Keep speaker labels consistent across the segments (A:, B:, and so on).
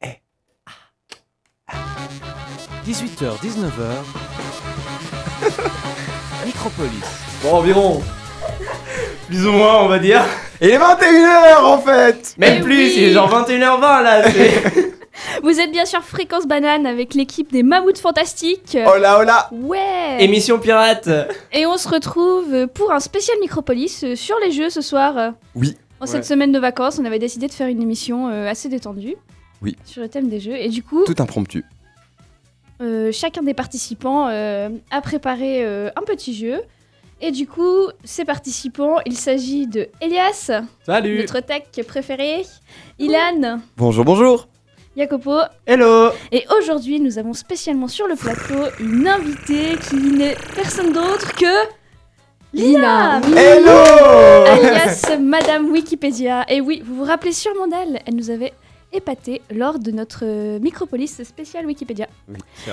A: 18h-19h, Micropolis.
B: Bon, environ.
C: Plus ou moins, hein, on va dire.
B: Il est 21h en fait
C: Même
D: Mais
C: plus,
D: oui.
C: il est genre 21h20 là. c'est-
D: Vous êtes bien sûr Fréquence Banane avec l'équipe des Mammouths Fantastiques.
B: Oh là oh là
D: Ouais
C: Émission pirate.
D: Et on se retrouve pour un spécial Micropolis euh, sur les jeux ce soir.
B: Oui.
D: En
B: Ouais.
D: cette semaine de vacances, on avait décidé de faire une émission euh, assez détendue.
B: Oui.
D: Sur le thème des jeux. Et du coup,
B: Tout impromptu.
D: euh, chacun des participants euh, a préparé euh, un petit jeu. Et du coup, ces participants, il s'agit de Elias,
C: Salut.
D: notre tech préféré, Ilan,
B: Bonjour, bonjour
D: Jacopo,
C: Hello.
D: Et aujourd'hui, nous avons spécialement sur le plateau une invitée qui n'est personne d'autre que
E: Lina
B: Hello
D: alias Madame Wikipédia. Et oui, vous vous rappelez sûrement d'elle, elle nous avait épaté lors de notre euh, Micropolis spécial Wikipédia.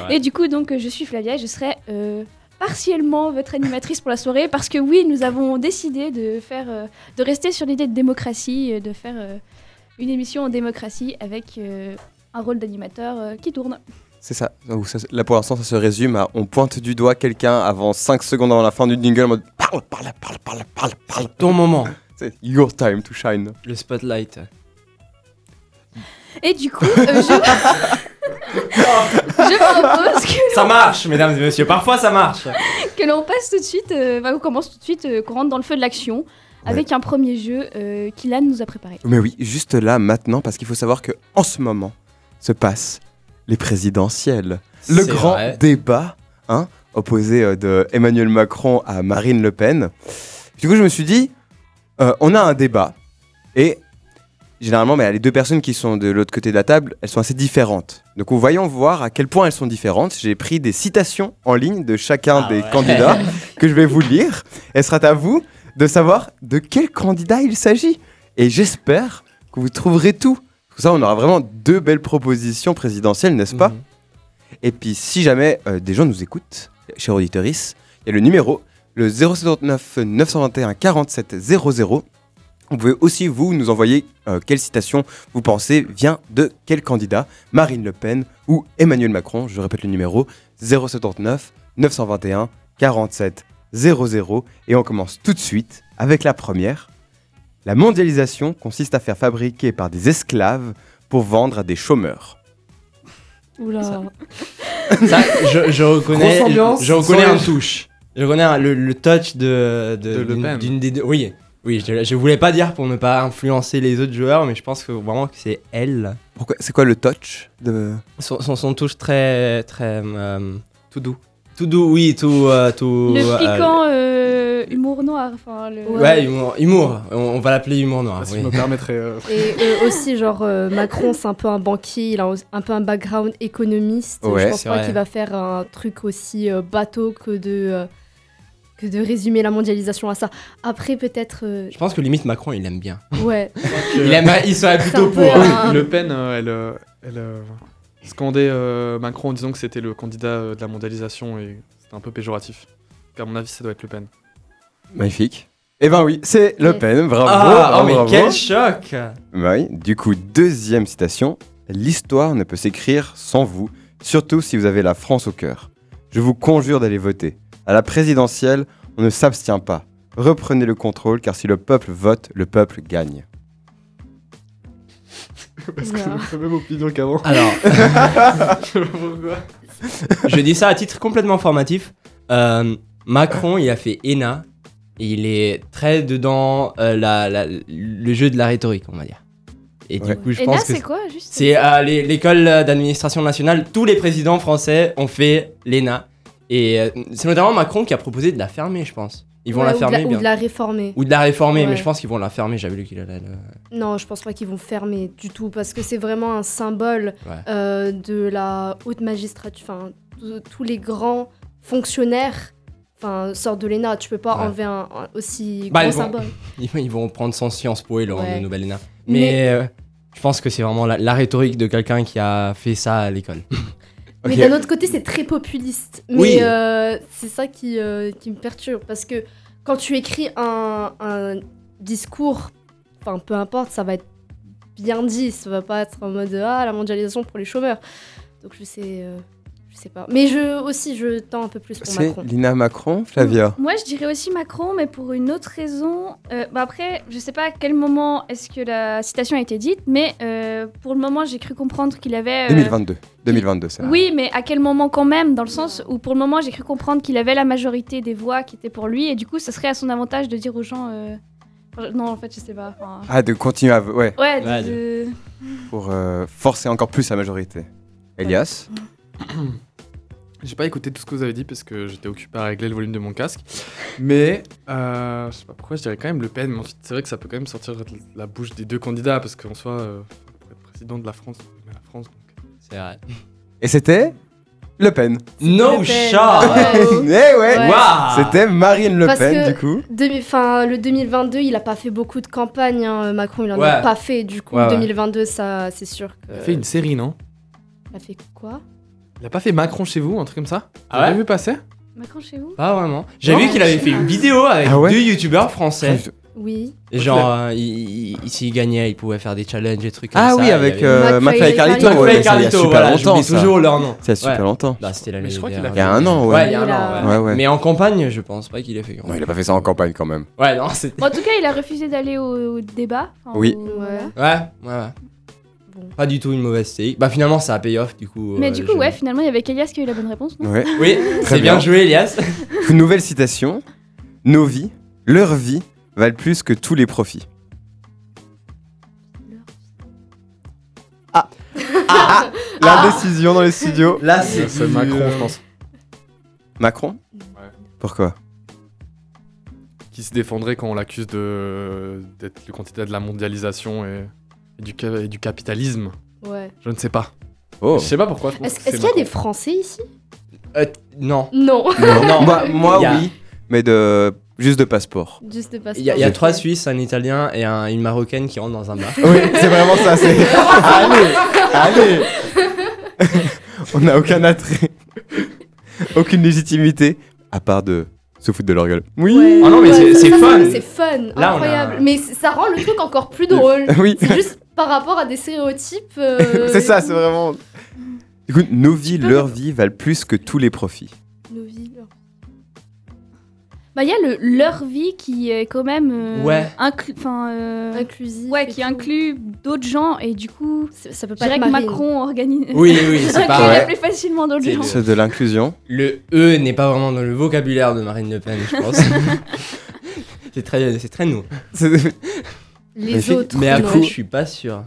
D: Et du coup, donc, euh, je suis Flavia et je serai euh, partiellement votre animatrice pour la soirée parce que oui, nous avons décidé de faire, euh, de rester sur l'idée de démocratie, euh, de faire euh, une émission en démocratie avec euh, un rôle d'animateur euh, qui tourne.
B: C'est ça. Donc, ça- Là pour l'instant, ça se résume à on pointe du doigt quelqu'un avant 5 secondes avant la fin du jingle en mode parle, parle, parle, parle, parle, parle.
C: Ton moment.
B: C'est your time to shine.
C: Le spotlight.
D: Et du coup, euh, je... je propose que,
C: Ça marche, mesdames et messieurs. Parfois, ça marche.
D: que l'on passe tout de suite, euh, bah, on commence tout de suite, euh, qu'on rentre dans le feu de l'action avec un premier jeu euh, qu'Ilan nous a préparé.
B: Mais oui, juste là, maintenant, parce qu'il faut savoir que en ce moment se passent les présidentielles. Le
C: C'est
B: grand
C: vrai.
B: débat, hein, opposé euh, de Emmanuel Macron à Marine Le Pen. Du coup, je me suis dit, euh, on a un débat, et généralement, bah, les deux personnes qui sont de l'autre côté de la table, elles sont assez différentes. Donc, voyons voir à quel point elles sont différentes. J'ai pris des citations en ligne de chacun
C: Ah
B: des
C: ouais.
B: candidats que je vais vous lire. Et ce sera à vous de savoir de quel candidat il s'agit. Et j'espère que vous trouverez tout. Pour ça, on aura vraiment deux belles propositions présidentielles, n'est-ce pas
C: Mhm.
B: et puis, si jamais euh, des gens nous écoutent, chers auditeurs, il y a le numéro, le 079 921 47 00. Vous pouvez aussi, vous, nous envoyer euh, quelle citation vous pensez vient de quel candidat, Marine Le Pen ou Emmanuel Macron. Je répète le numéro, 079 921 47 00. Et on commence tout de suite avec la première. La mondialisation consiste à faire fabriquer par des esclaves pour vendre à des chômeurs.
E: Oula.
C: Oh, Ça, je, je reconnais.
F: Grosse ambiance,
C: je, je reconnais un
F: soirée.
C: touche. Je reconnais un- le, le touch de, de-
F: De Le
C: d'une-
F: Pen.
C: d'une des deux. Oui, oui. Je, je voulais pas dire pour ne pas influencer les autres joueurs, mais je pense que vraiment que c'est elle.
B: Pourquoi- C'est quoi le touch de...
C: Son, son, son touche très très euh,
F: Tout doux.
C: tout doux. Oui, tout euh, tout.
D: Le
C: euh,
D: piquant euh, humour noir, enfin le...
C: Ouais, humour. humour. On, on va l'appeler humour noir.
F: si
C: Oui.
F: je me permettrais. euh,
E: Et euh, aussi, genre, euh, Macron, c'est un peu un banquier, il a un- un peu un background économiste.
B: Ouais,
E: je pense
C: c'est
E: pas
C: vrai.
E: qu'il va faire un truc aussi euh, bateau que de, euh, que de résumer la mondialisation à ça. Après, peut-être. euh,
C: Je pense que limite Macron, il aime bien.
E: ouais.
F: que-
C: Il aime. Il serait plutôt
E: C'est un peu
C: pour.
E: un-
F: Le Pen, euh, elle, euh, elle euh, scandait euh, Macron en disant que c'était le candidat euh, de la mondialisation et c'était un peu péjoratif. Car à mon avis, ça doit être Le Pen.
B: Magnifique. Eh ben oui, c'est Le
E: Yes.
B: Pen, bravo,
C: Ah,
B: bravo,
C: oh, mais
B: bravo.
C: quel choc
B: Bah oui, du coup, deuxième citation, l'histoire ne peut s'écrire sans vous, surtout si vous avez la France au cœur. Je vous conjure d'aller voter. À la présidentielle, on ne s'abstient pas. Reprenez le contrôle, car si le peuple vote, le peuple gagne.
F: Parce que
E: Ouais.
F: c'est la même opinion qu'avant.
C: Alors,
F: Pourquoi
C: je dis ça à titre complètement formatif. Euh, Macron, il a fait ENA. Et il est très dedans euh, la- la- le jeu de la rhétorique, on va dire. Et
B: Ouais.
C: du coup, je
D: Et là,
C: pense que
D: c'est quoi juste
C: c'est euh, l'é- l'école euh, d'administration nationale. Tous les présidents français ont fait l'ENA. Et euh, c'est notamment Macron qui a proposé de la fermer, je pense. Ils vont
E: Ouais,
C: la
E: ou de
C: fermer,
E: Ou
C: bien.
E: de la réformer.
C: Ou de la réformer, mais
E: Ouais.
C: je pense qu'ils vont la fermer. J'avais lu qu'il allait. euh, la-
E: Non, je pense pas qu'ils vont fermer du tout, parce que c'est vraiment un symbole
C: Ouais.
E: euh, de la haute magistrature, enfin, de tous les grands fonctionnaires. Enfin, sortent de l'ENA, tu peux pas
C: Ouais.
E: enlever un, un aussi
C: Bah,
E: gros
C: ils vont-
E: symbole.
C: Ils, ils vont prendre sans Sciences Po et le rendre
E: Ouais.
C: une nouvelle ENA. Mais,
E: Mais-
C: euh, je pense que c'est vraiment la, la rhétorique de quelqu'un qui a fait ça à l'école.
E: Mais
B: Ok.
E: d'un autre côté, c'est très populiste. Mais
C: Oui.
E: euh, c'est ça qui, euh, qui me perturbe. Parce que quand tu écris un, un discours, enfin peu importe, ça va être bien dit. Ça va pas être en mode Ah, la mondialisation pour les chômeurs. Donc je sais. euh, je sais pas. Mais je aussi, je tends un peu plus pour
B: C'est
E: Macron.
B: Lina Macron, Flavia.
D: Moi, je dirais aussi Macron, mais pour une autre raison. Euh, bah après, je sais pas à quel moment est-ce que la citation a été dite, mais euh, pour le moment, j'ai cru comprendre qu'il avait. euh,
B: 2022. 2022, ça.
D: Oui, mais à quel moment quand même, dans le sens où pour le moment, j'ai cru comprendre qu'il avait la majorité des voix qui étaient pour lui, et du coup, ça serait à son avantage de dire aux gens. euh, Non, en fait, je sais pas. enfin,
B: Ah, de continuer à. Ouais,
D: Ouais, de-
C: Ouais,
D: de-
B: pour euh, forcer encore plus la majorité. Elias
F: J'ai pas écouté tout ce que vous avez dit parce que j'étais occupé à régler le volume de mon casque. Mais euh, je sais pas pourquoi je dirais quand même Le Pen. Mais ensuite, c'est vrai que ça peut quand même sortir de la bouche des deux candidats parce qu'en soi, euh, pour être président de la France, on aime la France. donc.
C: C'est vrai.
B: Et c'était Le Pen.
C: No
E: Le Pen,
C: shot
B: Eh
E: bravo.
B: ouais,
E: Ouais.
C: Waouh
B: C'était Marine Le
E: Parce
B: Pen,
E: que-
B: du coup.
E: Demi- Enfin, le 2022, il a pas fait beaucoup de campagne, hein, Macron, il en a
C: Ouais.
E: pas fait. Du coup,
C: Ouais, ouais.
E: 2022, ça, c'est sûr que.
F: Il a fait une série, non
E: Il a fait quoi
F: Il a pas fait Macron chez vous, un truc comme ça Vous
C: Ah ouais
F: l'avez vu passer
D: Macron chez vous
C: Pas vraiment. J'ai
F: Non,
C: vu qu'il avait fait une vidéo avec
B: Ah ouais
C: deux youtubeurs français.
E: Oui.
C: Genre, euh, il- il- s'il gagnait, il pouvait faire des challenges, des trucs comme
B: Ah
C: ça.
B: oui,
C: il
B: avec
C: y avait-
B: euh,
E: McFly
B: McFly et
E: et
B: Carlito.
E: Carlito.
C: McFly
B: ouais,
C: et
B: ça, il y a
C: Carlito,
B: super
C: voilà,
B: longtemps,
C: j'oublie
B: ça.
C: toujours leur nom.
B: C'est il y a super
C: Ouais.
B: longtemps.
C: Bah, c'était l'année
F: Mais je crois
C: dernière.
F: qu'il
B: Il y a un an, ouais.
C: Ouais, il y a
E: Il
C: un
E: a-
C: an. ouais.
B: Ouais, ouais.
C: Mais en campagne, je pense pas qu'il ait fait. grand
B: Non, il a pas fait ça en campagne quand même.
C: Ouais, non, c'était.
D: Bon, En tout cas, il a refusé d'aller au, au débat. enfin,
B: Oui.
D: au-
E: Ouais.
D: voilà.
C: Ouais, ouais, ouais.
E: Bon.
C: Pas du tout une mauvaise take. Bah, finalement, ça a payé off, du coup.
D: Mais
C: euh,
D: du
C: les
D: coup,
C: gens.
D: ouais, finalement, il y avait Elias qui a eu la bonne réponse. non
B: Ouais.
C: Oui,
B: Très
C: c'est bien
B: bien.
C: joué, Elias.
B: Une nouvelle citation. Nos vies, leur vie, valent plus que tous les profits. Ah.
E: Ah.
B: L'indécision Ah. dans les studios.
C: Là,
F: c'est C'est du- Macron, je pense.
B: Macron
F: Ouais.
B: Pourquoi
F: Qui se défendrait quand on l'accuse de- d'être le candidat de la mondialisation et, et du, ca- et du capitalisme
E: Ouais.
F: Je ne sais pas.
B: Oh.
F: Je sais pas pourquoi. je pense
E: Est-ce
F: que c'est
E: est-ce qu'il y a des
F: Macron.
E: Français ici
C: Euh, non.
E: Non.
C: Non.
B: Moi, moi,
C: Il y a-
B: oui, mais de juste de passeport.
E: Juste de passeport.
C: Il y a, il y a
E: Ok.
C: trois Suisses, un Italien et un- une Marocaine qui rentrent dans un bar.
B: Oui, c'est vraiment ça. C'est allez, allez. On n'a aucun attrait, aucune légitimité, à part de se foutre de leur gueule. Oui.
E: Ouais.
C: Oh non, mais
E: Ouais,
C: c'est-
E: ça,
C: c'est
E: ça,
C: fun.
E: C'est fun,
C: Là, on a-
E: incroyable. Mais c- ça rend le truc encore plus drôle.
B: Oui.
E: c'est juste par rapport à des stéréotypes. euh,
B: c'est ça, c'est vraiment. Du coup, nos vies,
E: peux
B: leur vie valent plus que tous les profits.
E: nos vies, leur-
D: Bah, il y a le leur vie qui est quand même. euh,
C: Ouais.
D: inclu- Enfin. euh,
E: Inclusive.
D: ouais,
E: et
D: qui
E: tout.
D: inclut d'autres gens et du coup.
E: C'est- Ça peut
D: Je
E: pas
D: dirais
E: être
D: que
E: Marine.
D: Macron organise.
C: Oui, oui, c'est pas
D: inclut
B: ouais.
C: vrai.
D: plus facilement d'autres
C: C'est
D: gens.
B: C'est de l'inclusion.
C: Le E n'est pas vraiment dans le vocabulaire de Marine Le Pen, je pense. c'est très, c'est très nous.
B: C'est-
E: hein. Les
B: Mais fi-
E: autres.
C: Mais
E: non.
C: après, je suis pas sûr.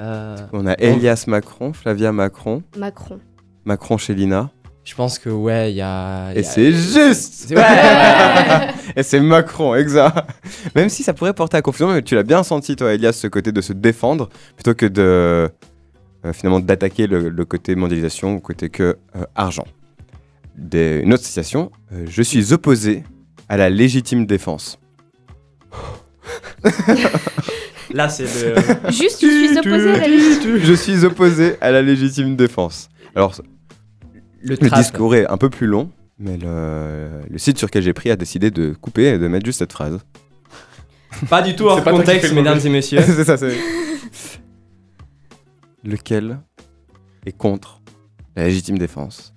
C: Euh,
B: On a Elias Macron, Flavia Macron,
E: Macron.
B: Macron chez Lina.
C: je pense que ouais, il y a.
B: Et
C: il y a-
B: c'est juste.
C: C'est- ouais, ouais, ouais.
B: Et c'est Macron, exact. Même si ça pourrait porter à confusion, mais tu l'as bien senti, toi, Elias, ce côté de se défendre plutôt que de euh, finalement d'attaquer le, le côté mondialisation ou côté que euh, argent. Des, une autre citation euh, Je suis opposé à la légitime défense.
C: Là, c'est le.
D: Juste, je suis opposée à la légitime.
B: Je suis opposé à la légitime défense. Alors,
C: Le,
B: le
C: trap.
B: discours est un peu plus long, mais le, le site sur lequel j'ai pris a décidé de couper et de mettre juste cette phrase.
C: Pas du tout
F: C'est
C: hors
F: pas toi qui fais
C: contexte,
F: le
C: mesdames
F: mauvais.
C: et messieurs.
B: c'est ça, c'est. Lequel est contre la légitime défense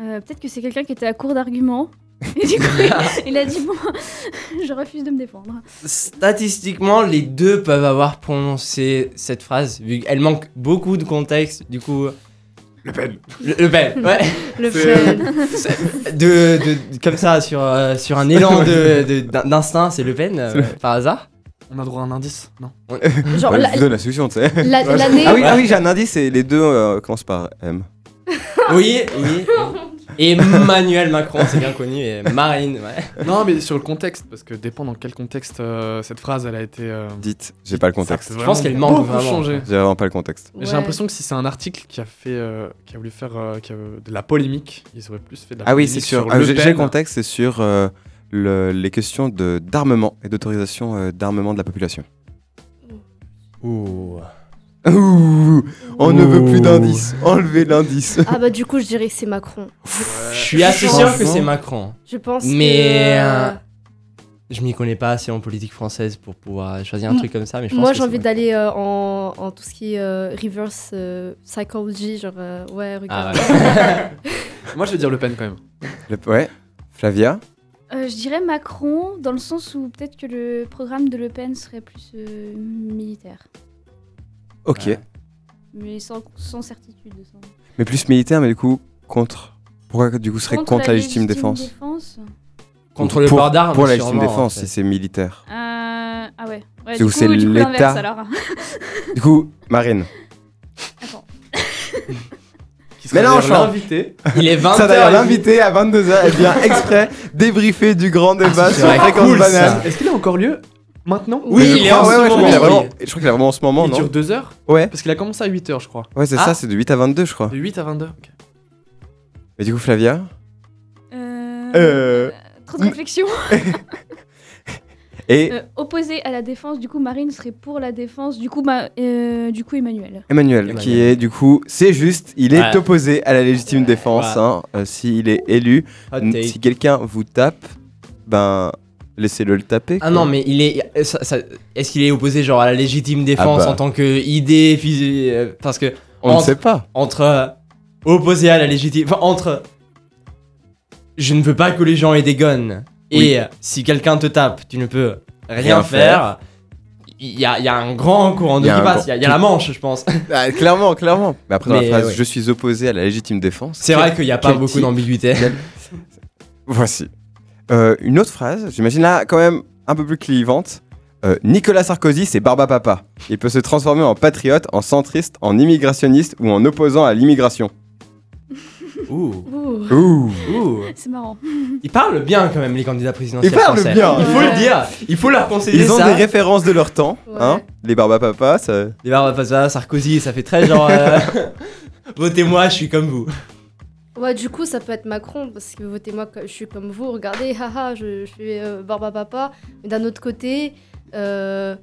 D: Euh, Peut-être que c'est quelqu'un qui était à court d'arguments. Et du coup, il- il a dit Bon, je refuse de me défendre.
C: Statistiquement, les deux peuvent avoir prononcé cette phrase, vu qu'elle manque beaucoup de contexte, du coup. Le Pen. Le, Pen, ouais.
E: Le
F: C'est-
E: fun.
C: De, de- comme ça, sur, euh, sur un élan de- de- d'in- d'instinct, c'est Le Pen, euh, par hasard.
F: On a droit à un indice Non.
E: Genre,
B: Ouais,
E: la-
B: Je vous donne la solution, tu sais.
E: la- l'année.
B: Ah oui, ah oui, j'ai un indice et les deux euh, commencent par M.
C: Oui, oui. Emmanuel Macron, c'est bien connu, et Marine, ouais.
F: Non, mais sur le contexte, parce que dépend dans quel contexte euh, cette phrase elle a été. euh,
B: Dites, j'ai pas le
F: ça,
B: contexte.
F: c'est
C: Je pense
F: vraiment
C: qu'elle manque
F: beaucoup
C: vraiment.
F: changé.
B: J'ai vraiment pas le contexte.
F: J'ai l'impression que si c'est un article qui a fait, euh, qui a voulu faire euh, qui a, euh, de la polémique, ils auraient plus fait de la
B: Ah oui,
F: polémique
B: c'est sûr.
F: sur
B: Ah,
F: Le
B: j'ai j'ai
F: Pen.
B: le contexte, c'est sur euh, le- les questions de- d'armement et d'autorisation euh, d'armement de la population.
C: Ouh.
B: Ouh, on ne veut plus
C: Ouh.
B: d'indices. Enlevez l'indice.
E: Ah bah du coup, je dirais que c'est Macron.
C: Je suis assez sûr que
B: Franchement.
C: c'est Macron.
E: Je pense.
C: Mais, euh,
E: que,
C: je m'y connais pas assez en politique française pour pouvoir choisir un
E: Moi-
C: truc comme ça, mais je pense
E: Moi,
C: que
E: j'ai
C: c'est
E: envie
C: vrai.
E: d'aller euh, en, en tout ce qui est euh, reverse euh, psychology, genre euh, ouais,
C: Ah,
E: regarde.
C: ouais.
F: Moi, je vais dire Le Pen quand même.
B: Le- ouais. Flavia
D: Euh, je dirais Macron, dans le sens où peut-être que le programme de Le Pen serait plus euh, militaire,
B: Ok.
C: Ouais.
D: mais sans, sans certitude. Sans...
B: Mais plus militaire, mais du coup, contre. Pourquoi du coup serait contre, la légitime, défense
D: défense.
C: Contre le
B: Pour-
C: port d'armes.
B: Pour la légitime
C: Ah, sûrement, en
B: défense,
C: fait.
B: si c'est militaire.
D: Euh, Ah ouais. ouais
B: C'est
D: du
B: où
D: coup,
B: c'est
D: du coup, l'inverse,
B: l'État.
D: alors.
B: Du coup, Marine.
D: Attends.
F: Qui sera
B: Mélenchon.
F: d'ailleurs l'invité.
C: Ah, Il est 20
B: Ça d'ailleurs, l'invité à 22h, elle vient exprès débriefer du grand débat
C: Ah, c'est
B: sur
C: vrai,
B: Fréquence
C: cool,
B: Banane.
C: ça.
F: Est-ce qu'il a encore lieu maintenant
B: Oui,
C: Oui,
B: je
C: il est
B: crois,
C: en
B: ouais,
C: ce
B: ouais, je crois
C: moment,
B: qu'il a
C: oui.
B: vraiment- je crois qu'il a vraiment en ce moment,
F: Il
B: non
F: dure deux heures
B: Ouais,
F: Parce qu'il a commencé à 8 heures, je crois.
B: ouais c'est
C: Ah.
B: ça, c'est de 8 à 22, je crois.
F: De 8 à 22. ok.
B: Mais du coup, Flavia
D: Euh...
B: Euh.
D: Trop de réflexion.
B: Et
D: Euh, opposé à la défense, du coup, Marine serait pour la défense, du coup, ma- euh, du coup Emmanuel.
B: Emmanuel,
C: Emmanuel.
B: qui est du coup, c'est juste, il est
C: Ouais.
B: opposé à la légitime défense.
C: Ouais.
B: hein, euh, S'il est élu,
C: Hot
B: n-
C: take.
B: si quelqu'un vous tape, ben laissez-le le taper.
C: Ah
B: quoi.
C: non, mais il est. ça- ça- Est-ce qu'il est opposé genre à la légitime défense
B: Ah bah.
C: en tant que idée physi- euh, Parce que
B: on ne
C: entre-
B: sait pas.
C: entre euh, opposé à la légitime, enfin entre je ne veux pas que les gens aient des guns et euh, si quelqu'un te tape, tu ne peux rien,
B: Rien
C: faire. Il y a, il y a un grand courant
B: Il y
C: d'eau
B: a
C: qui
B: un
C: passe,
B: grand-
C: il y, a- il y a la manche, je pense.
B: Ah, clairement, clairement. Mais après, dans
C: Bah, Mais,
B: la phrase,
C: ouais.
B: je suis opposé à la légitime défense.
C: C'est vrai qu'il n'y a pas
B: quel
C: beaucoup
B: type
C: d'ambiguïté.
B: Voici. Euh, une autre phrase, j'imagine là quand même un peu plus clivante. Euh, Nicolas Sarkozy, c'est Barba Papa. Il peut se transformer en patriote, en centriste, en immigrationniste ou en opposant à l'immigration.
C: Ouh,
D: Ouh,
B: Ouh
C: ouh.
D: c'est marrant.
C: Ils parlent bien quand même les candidats présidentiels.
B: Ils parlent
C: français.
B: bien.
C: Il faut le
E: Ouais.
C: dire, il faut leur conseiller
B: Ils ont
C: ça.
B: des références de leur temps,
E: Ouais.
B: hein Les Barba Papa, ça... euh,
C: Les barbes à Pazza, Sarkozy, ça fait très genre. euh, Votez-moi, je suis comme vous.
E: Ouais, du coup, ça peut être Macron, parce que votez-moi, que- je suis comme vous, regardez, haha, je, je suis euh, barba papa. Mais d'un autre côté, euh,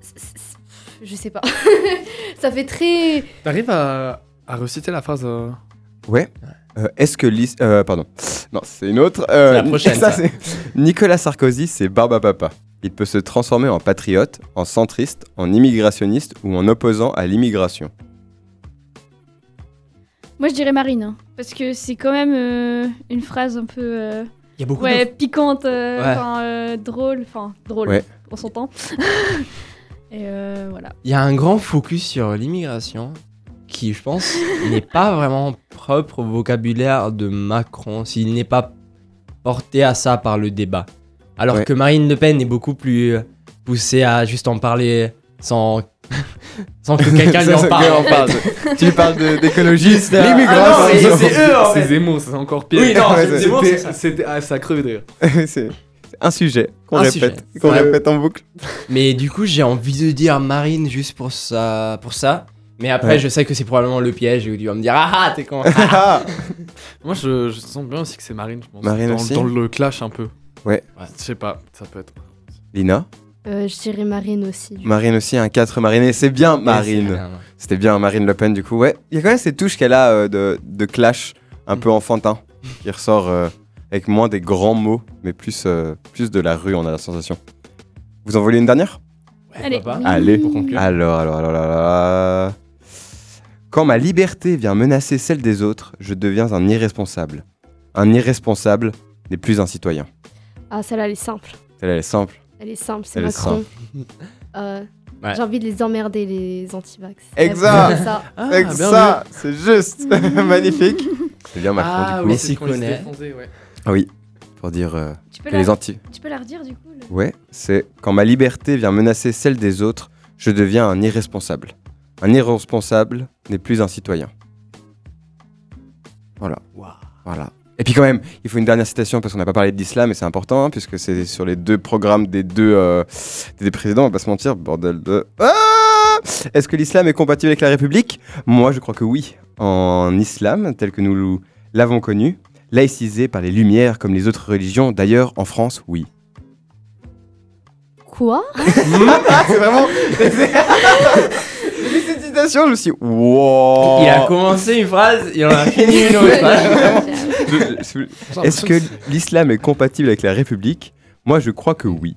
E: c- c- c- je sais pas. ça fait très.
F: T'arrives à, à reciter la phrase euh,
B: Ouais. Euh, Est-ce que l'is- euh, pardon. Non, c'est une autre. Euh,
C: C'est la prochaine, ça.
B: c'est- Nicolas Sarkozy, c'est Barba Papa. Il peut se transformer en patriote, en centriste, en immigrationniste ou en opposant à l'immigration.
D: Moi, je dirais Marine, hein, parce que c'est quand même euh, une phrase un peu euh,
C: Il y a beaucoup
D: ouais, piquante, euh,
C: Ouais.
D: enfin, euh, drôle, enfin drôle,
B: Ouais.
D: on s'entend. Et euh, voilà.
C: Il y a un grand focus sur l'immigration qui, je pense, n'est pas vraiment propre au vocabulaire de Macron s'il n'est pas porté à ça par le débat. Alors
B: Ouais.
C: que Marine Le Pen est beaucoup plus euh, poussée à juste en parler sans, sans que quelqu'un lui
B: Ça,
C: en
B: ça,
C: parle.
B: on parle. tu parles de- d'écologie,
C: euh,
B: l'immigration.
C: ah non, mais c'est eux, en
F: C'est
C: fait.
F: Zemmour, c'est encore pire.
C: Oui, non,
B: Ouais,
C: c'est-
B: ouais.
C: c'est bon, c'est
F: C'était-
C: ça.
F: C'était. Ah, ça crevait de rire.
B: c'est c'est un sujet qu'on
C: Un
B: répète,
C: sujet.
B: qu'on
C: Ouais.
B: répète en boucle.
C: Mais du coup, j'ai envie de dire Marine juste pour ça. Pour ça. Mais après,
B: Ouais.
C: je sais que c'est probablement le piège et tu vas me dire Ah ah, t'es con. Ah,
F: Moi, je, je sens bien aussi que c'est Marine, je pense.
B: Marine
F: dans,
B: aussi
F: dans le clash un peu.
B: Ouais.
F: Je sais pas, ça peut être.
B: Lina,
E: Euh, je dirais Marine aussi. du coup.
B: Marine aussi, un 4 Marine, et c'est bien Marine. C'était bien Marine Le Pen du coup. Ouais, il y a quand même ces touches qu'elle a euh, de, de clash un
C: Mm.
B: peu enfantin qui ressort euh, avec moins des grands mots mais plus, euh, plus de la rue, on a la sensation. Vous en voulez une dernière
C: Ouais,
D: Allez.
C: pourquoi pas.
B: Allez.
C: Pour conclure.
B: Alors, alors, alors, alors, alors. Quand ma liberté vient menacer celle des autres, je deviens un irresponsable. Un irresponsable n'est plus un citoyen.
E: Ah, celle-là, elle est simple.
B: Elle est simple.
E: Elle est simple, c'est
B: Elle est
E: Macron. Euh,
C: Ouais.
E: J'ai envie de les emmerder, les antivax.
B: Exact.
E: C'est ça.
F: Ah,
B: Avec ça, c'est juste magnifique. C'est bien Macron
F: Ah,
B: du coup.
C: oui,
F: oui,
C: c'est
F: c'est
C: quand
F: qu'on
C: il se
F: connaît.
B: Ah oui, pour dire euh,
D: Tu peux,
B: que
D: la...
B: les anti.
D: tu peux la redire du coup là
B: Ouais, c'est quand ma liberté vient menacer celle des autres, je deviens un irresponsable. Un irresponsable n'est plus un citoyen.
C: Waouh.
B: Voilà. Et puis quand même, il faut une dernière citation parce qu'on n'a pas parlé de l'islam et c'est important hein, puisque c'est sur les deux programmes des deux euh, des deux présidents, on va pas se mentir, bordel de. Ah Est-ce que l'islam est compatible avec la République Moi, je crois que oui. En islam, tel que nous l'avons connu, laïcisé par les Lumières comme les autres religions, d'ailleurs en France, oui.
E: Quoi
B: c'est vraiment. Mais cette citation, je me suis. dit, Wow.
C: Il a commencé une phrase, il en a fini une autre. hein.
B: Je- je- Est-ce que l'islam est compatible avec la République Moi, je crois que oui.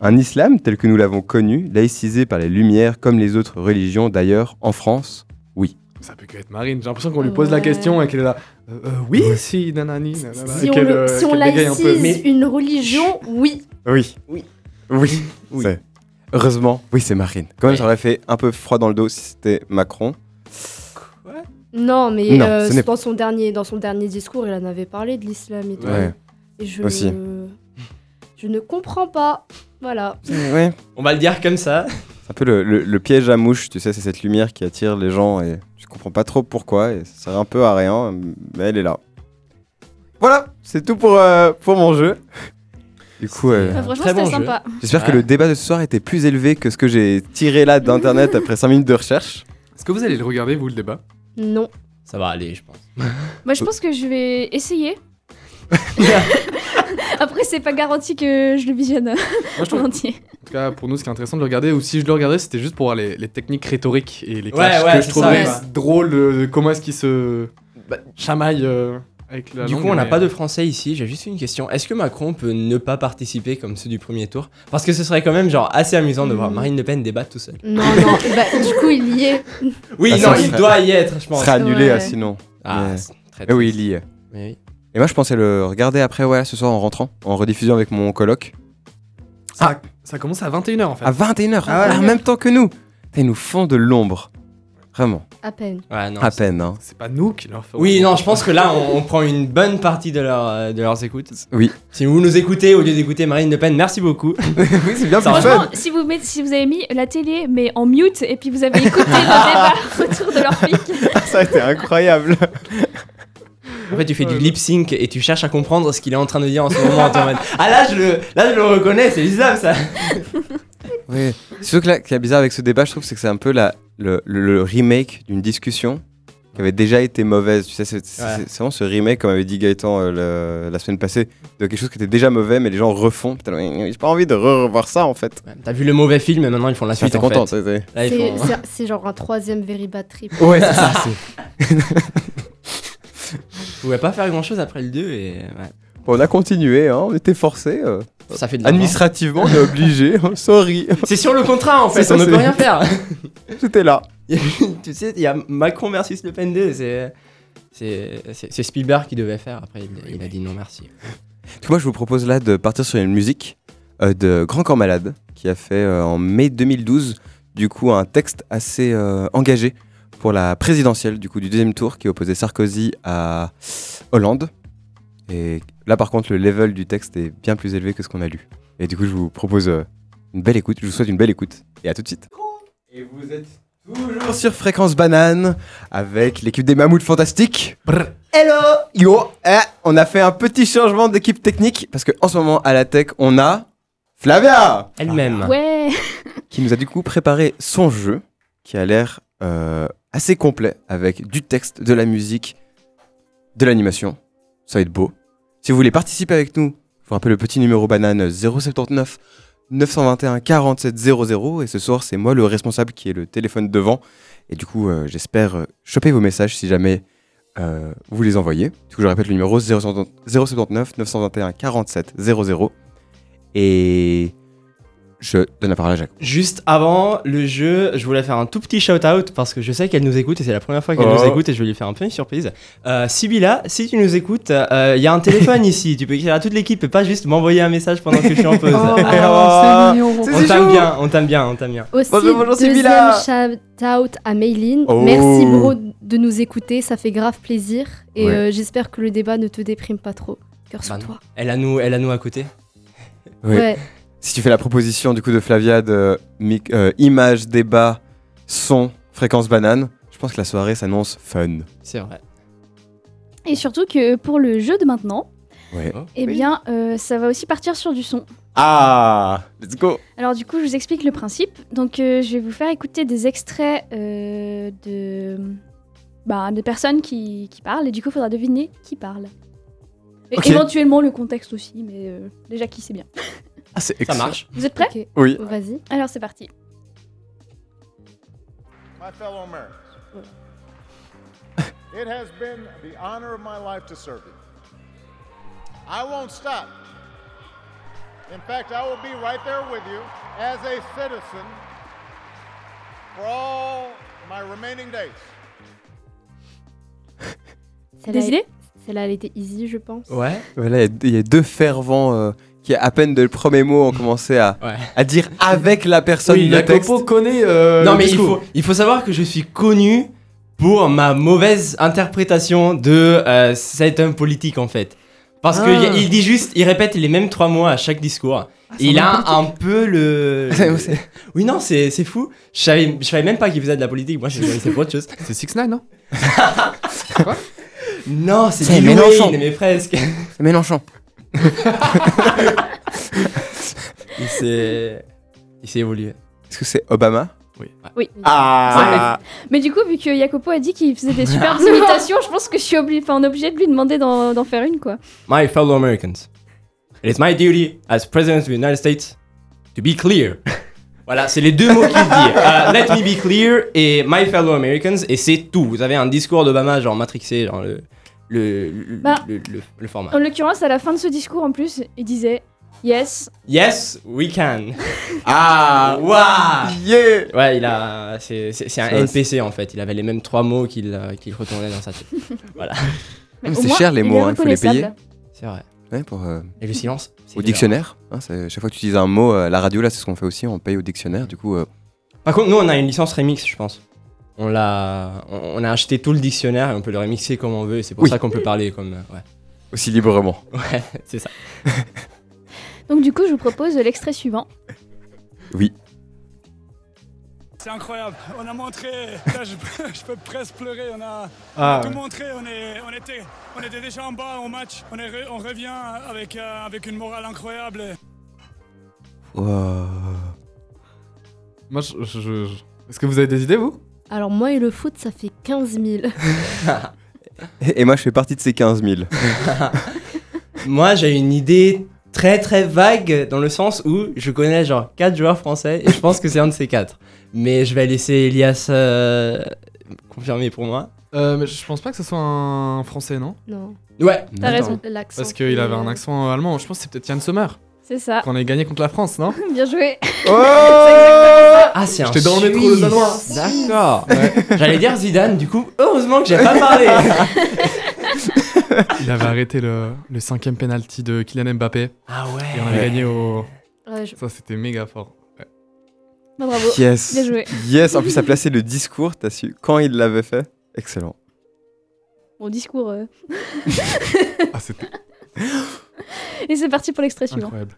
B: Un islam tel que nous l'avons connu, laïcisé par les Lumières comme les autres religions d'ailleurs en France,
F: Ça peut que être Marine. J'ai l'impression qu'on lui pose la question et qu'elle est là. Euh, euh, oui, si, nanani, nanana.
E: Si
F: et
E: on,
F: qu'elle,
E: le-
F: euh,
E: si on
F: qu'elle bégaye un peu.
E: laïcise
F: Mais-
E: une religion, oui.
B: Oui. Oui. Oui.
C: Oui.
B: C'est- Heureusement, oui, c'est Marine. Quand même, ça aurait fait un peu froid dans le dos si c'était Macron.
E: Non, mais
B: Non,
E: euh,
B: ce n'est-
E: dans, son dernier, dans son dernier discours, il en avait parlé de l'islam et tout.
F: Ouais.
E: Et je,
B: Aussi.
E: je ne comprends pas. Voilà.
B: Ouais. ouais.
C: On va le dire comme ça.
B: C'est un peu le, le- le piège à mouche, tu sais, c'est cette lumière qui attire les gens et je comprends pas trop pourquoi et ça sert un peu à rien, mais elle est là. Voilà, c'est tout pour, euh, pour mon jeu. Du coup, euh,
D: Enfin, Ah, franchement,
C: Très
D: c'était
C: bon jeu.
D: sympa.
B: j'espère que
C: Ouais.
B: le débat de ce soir était plus élevé que ce que j'ai tiré là d'internet après 5 minutes de recherche.
F: Est-ce que vous allez le regarder, vous, le débat
E: Non.
C: Ça va aller, je pense.
D: Moi, je pense que je vais essayer. Après, c'est pas garanti que je le visionne
F: Moi, je
D: en
F: trouve, en
D: entier.
F: tout cas, pour nous, ce qui est intéressant de le regarder, ou si je le regardais, c'était juste pour voir les, les techniques rhétoriques et les clashs
C: ouais,
F: que je
C: c'est
F: trouvais
C: ça,
F: drôle de comment est-ce qu'ils se
C: Bah,
F: chamaillent euh, avec la
C: Du
F: langue,
C: coup, on n'a
F: mais- euh,
C: pas de français ici. J'ai juste une question. Est-ce que Macron peut ne pas participer comme ceux du premier tour Parce que ce serait quand même genre assez amusant de
F: Mmh.
C: voir
E: Mhm.
C: Marine Le Pen débattre tout seul.
E: Non, non. bah, du coup, il y est.
C: Oui,
B: Ah,
C: non,
B: ça
C: il
B: serait-
C: doit y être, je
B: Ce
C: pense.
B: serait annulé
E: Ouais.
B: euh, sinon.
C: Ah,
B: Mais-
C: c'est très
B: Mais oui,
C: triste.
B: il y est.
C: Mais oui.
B: Et moi, je pensais le regarder après, ouais, ce soir en rentrant, en rediffusion avec mon coloc.
F: Ça, ça commence à 21h en fait.
B: À 21h,
C: Ah ouais.
B: en même temps que nous. Ils nous font de l'ombre. Vraiment,
E: À peine.
C: Ouais, Ah, non,
B: à
C: c'est-
B: peine. Hein.
F: C'est pas nous qui leur faisons.
C: Oui, non, je pense que là, on, on prend une bonne partie de, leur, euh, de leurs écoutes.
B: Oui.
C: Si vous nous écoutez au lieu d'écouter Marine Le Pen, merci beaucoup.
B: oui, c'est bien
C: Ça va.
B: plus fun.
D: Franchement, si vous, mettez- si vous avez mis la télé, mais en mute, et puis vous avez écouté le débat autour de leur pic,
B: Ça a été incroyable.
C: En fait, tu fais du
F: Ouais.
C: lip sync et tu cherches à comprendre ce qu'il est en train de dire en ce moment. t'es en mode, ah là, je le, là, je le reconnais, c'est l'islam ça.
B: Oui. Surtout que là, ce qui est bizarre avec ce débat, je trouve, c'est que c'est un peu la, le, le- le remake d'une discussion qui avait déjà été mauvaise. Tu sais, c'est c'est-
C: Ouais.
B: c'est vraiment ce remake, comme avait dit Gaëtan euh, le- la semaine passée, de quelque chose qui était déjà mauvais, mais les gens refont. Putain, mais j'ai pas envie de re- revoir ça en fait.
C: Ouais, T'as vu le mauvais film et maintenant ils font la
B: J'étais
C: suite. en
B: content.
C: fait.
B: ça, c'est-
C: Là, ils
E: C'est-
C: font-
E: C'est c'est genre un troisième very bad trip.
B: Ouais, c'est ça. c'est-
C: Vous pouvez pas faire grand chose après le 2 et ouais.
B: Bon, on a continué, hein, on était forcés. euh,
C: ça fait de la merde.
B: administrativement, on est obligé. hein. Sorry,
C: C'est sur le contrat en
B: C'est
C: fait,
B: ça,
C: on ne
B: c'est-
C: peut rien faire.
B: j'étais là.
C: tu sais, il y a Macron versus Le Pen 2, c'est. C'est c'est- c'est Spielberg qui devait faire, après il, il a dit non merci.
B: Parce que moi, je vous propose là de partir sur une musique euh, de Grand Corps Malade, qui a fait euh, en mai 2012, du coup, un texte assez euh, engagé pour la présidentielle, du coup, du deuxième tour, qui opposait Sarkozy à Hollande. Et là, par contre, le level du texte est bien plus élevé que ce qu'on a lu. Et du coup, je vous propose euh, une belle écoute. Je vous souhaite une belle écoute. Et à tout de suite. Et vous êtes toujours sur Fréquence Banane avec l'équipe des Mammouths Fantastiques. Hello Yo eh, On a fait un petit changement d'équipe technique parce que en ce moment à la tech on a Flavia
C: Elle-même.
D: ouais,
B: qui nous a du coup préparé son jeu qui a l'air euh, assez complet avec du texte, de la musique, de l'animation. Ça va être beau. Si vous voulez participer avec nous, je vous rappelle le petit numéro banane 079 921 47 00 et ce soir c'est moi le responsable qui est le téléphone devant et du coup euh, j'espère euh, choper vos messages si jamais euh, vous les envoyez. Du coup je répète le numéro 079 921 47 00 et je donne la parole à Jacques.
C: Juste avant le jeu, je voulais faire un tout petit shout-out parce que je sais qu'elle nous écoute et c'est la première fois qu'elle
B: Oh.
C: nous écoute et je vais lui faire un peu une surprise. Euh, Sybilla, si tu nous écoutes, euh, il y a un téléphone ici, tu peux écrire à toute l'équipe et pas juste m'envoyer un message pendant que je suis en pause.
D: Oh,
B: Oh,
C: on t'aime bien, on t'aime bien, on t'aime bien.
E: Aussi,
B: Bonjour, bonjour,
E: deuxième
B: Sybilla.
E: shout-out à Mayline.
B: Oh.
E: Merci, bro, de nous écouter. Ça fait grave plaisir. Et
B: Ouais.
E: euh, j'espère que le débat ne te déprime pas trop. Cœur sur
C: Bah non.
E: toi.
C: Elle a nous, elle a nous à côté.
B: Oui.
E: Ouais.
B: Si tu fais la proposition du coup de Flavia de mic- euh, image, débat, son, fréquence banane, je pense que la soirée s'annonce fun.
C: C'est vrai.
D: et surtout que pour le jeu de maintenant,
B: Ouais.
D: eh bien, euh, ça va aussi partir sur du son.
B: Ah Let's go
D: Alors du coup, je vous explique le principe. Donc, euh, je vais vous faire écouter des extraits euh, de, bah, des personnes qui, qui parlent, et du coup, il faudra deviner qui parle. Et
B: Ok.
D: éventuellement le contexte aussi, mais euh, déjà qui c'est bien.
B: Ah, c'est
C: Ça
B: excellent.
C: marche.
D: Vous êtes prêts
E: Ok,
B: Oui.
E: Vas-y.
D: Alors c'est parti.
A: my fellow Americans. It has been the honor of my life to serve you. I won't stop In fact, I will be right there with you as a citizen for all my remaining days.
E: Celle-là,
D: Des idées
E: Celle-là, elle était easy, je pense.
C: Ouais.
B: Voilà, il y a- il y, a deux fervents euh, qui, à peine de le premier mot, ont commencé à,
C: Ouais.
B: à dire avec la personne
F: Oui,
B: le texte.
F: Jacopo connaît. euh,
C: non
F: le
C: mais il
F: discours.
C: faut, il faut savoir que je suis connu pour ma mauvaise interprétation de euh, cet homme politique en fait. Parce que
F: Ah.
C: y a- il dit juste, il répète les mêmes trois mots à chaque discours. Et il a Ah, un peu le. oui non c'est c'est fou. Je savais, je savais même pas qu'il faisait de la politique. Moi je connaissais pas autre chose.
F: C'est 6 9 non
C: Non c'est
B: C'est
C: Lil
B: Mélenchon.
C: Wayne, mais presque.
B: C'est Mélenchon.
C: Il s'est il s'est évolué.
B: Est-ce que c'est Obama
F: Oui.
B: Ah
D: Mais du coup, vu que Jacopo a dit qu'il faisait des superbes imitations, je pense que je suis obli- enfin, on est obligé de lui demander d'en d'en faire une, quoi.
C: My fellow Americans, it is my duty as President of the United States to be clear. voilà, c'est les deux mots qu'il dit. Euh, let me be clear et my fellow Americans, et c'est tout. Vous avez un discours d'Obama, genre matrixé, genre le, le, le,
D: Bah.
C: le- le- le format.
D: En l'occurrence, à la fin de ce discours, en plus, il disait Yes,
C: Yes, we can.
B: Ah
C: Waouh
B: Yeah
C: Ouais, il a. C'est c'est- c'est un
B: Ça,
C: NPC en fait. Il avait les mêmes trois mots qu'il euh, qu'il retournait dans sa tête.
B: Mais
D: au
B: c'est
D: moins,
B: cher, les
D: il
B: mots,
D: est
B: hein, il faut les payer.
D: reconnaissable.
C: C'est vrai.
B: Ouais, pour, euh,
C: Et le silence c'est
B: au
C: violent.
B: dictionnaire. hein, c'est- chaque fois que tu utilises un mot, euh, la radio, là, c'est ce qu'on fait aussi, on paye au dictionnaire. Du coup, euh,
C: Par contre, nous, on a une licence remix, je pense. On l'a, on on a acheté tout le dictionnaire et on peut le remixer comme on veut. et C'est pour
B: Oui.
C: ça qu'on peut parler comme, euh, ouais,
B: aussi librement.
C: c'est ça.
D: Donc, du coup, je vous propose l'extrait suivant.
G: C'est incroyable. On a montré. Là, je, peux- je peux presque pleurer. On a
F: Ah,
G: tout montré. On, est, on, était, on était déjà en bas au match. On, est re- on revient avec, euh, avec une morale incroyable.
B: Wow.
F: Moi, je. je- je- je- Est-ce que vous avez des idées, vous
E: Alors, moi et le foot, ça fait 15 000.
B: Et, et moi, je fais partie de ces 15 000.
C: Moi, j'ai une idée très très vague dans le sens où je connais genre quatre joueurs français et je pense que c'est un de ces quatre. Mais je vais laisser Elias euh, confirmer pour moi.
F: euh, mais Je pense pas que ce soit un français, non
E: Non.
C: Ouais.
D: T'as raison,
E: L'accent. euh,
F: Parce qu'il avait un accent allemand. Je pense que c'est peut-être Yann Sommer.
D: c'est ça.
F: Qu'on a gagné contre la France, non
D: Bien joué.
C: Ah, c'est un.
F: J'étais dans le métro
C: Suisse.
F: lausannois.
C: D'accord. J'allais dire Zidane. Du coup, heureusement que j'ai pas parlé.
F: Il avait arrêté le, le cinquième penalty de Kylian Mbappé.
C: ah
F: Et on avait
C: ouais.
F: gagné au.
E: Ouais, je-
F: Ça, c'était méga fort.
D: Bah, bravo.
B: Yes
D: Bien joué.
B: Yes En plus, ça plaçait le discours, t'as su quand il l'avait fait. Excellent.
D: Bon discours. euh.
F: Ah, c'était
D: Et c'est parti pour l'extrait suivant.
F: incroyable.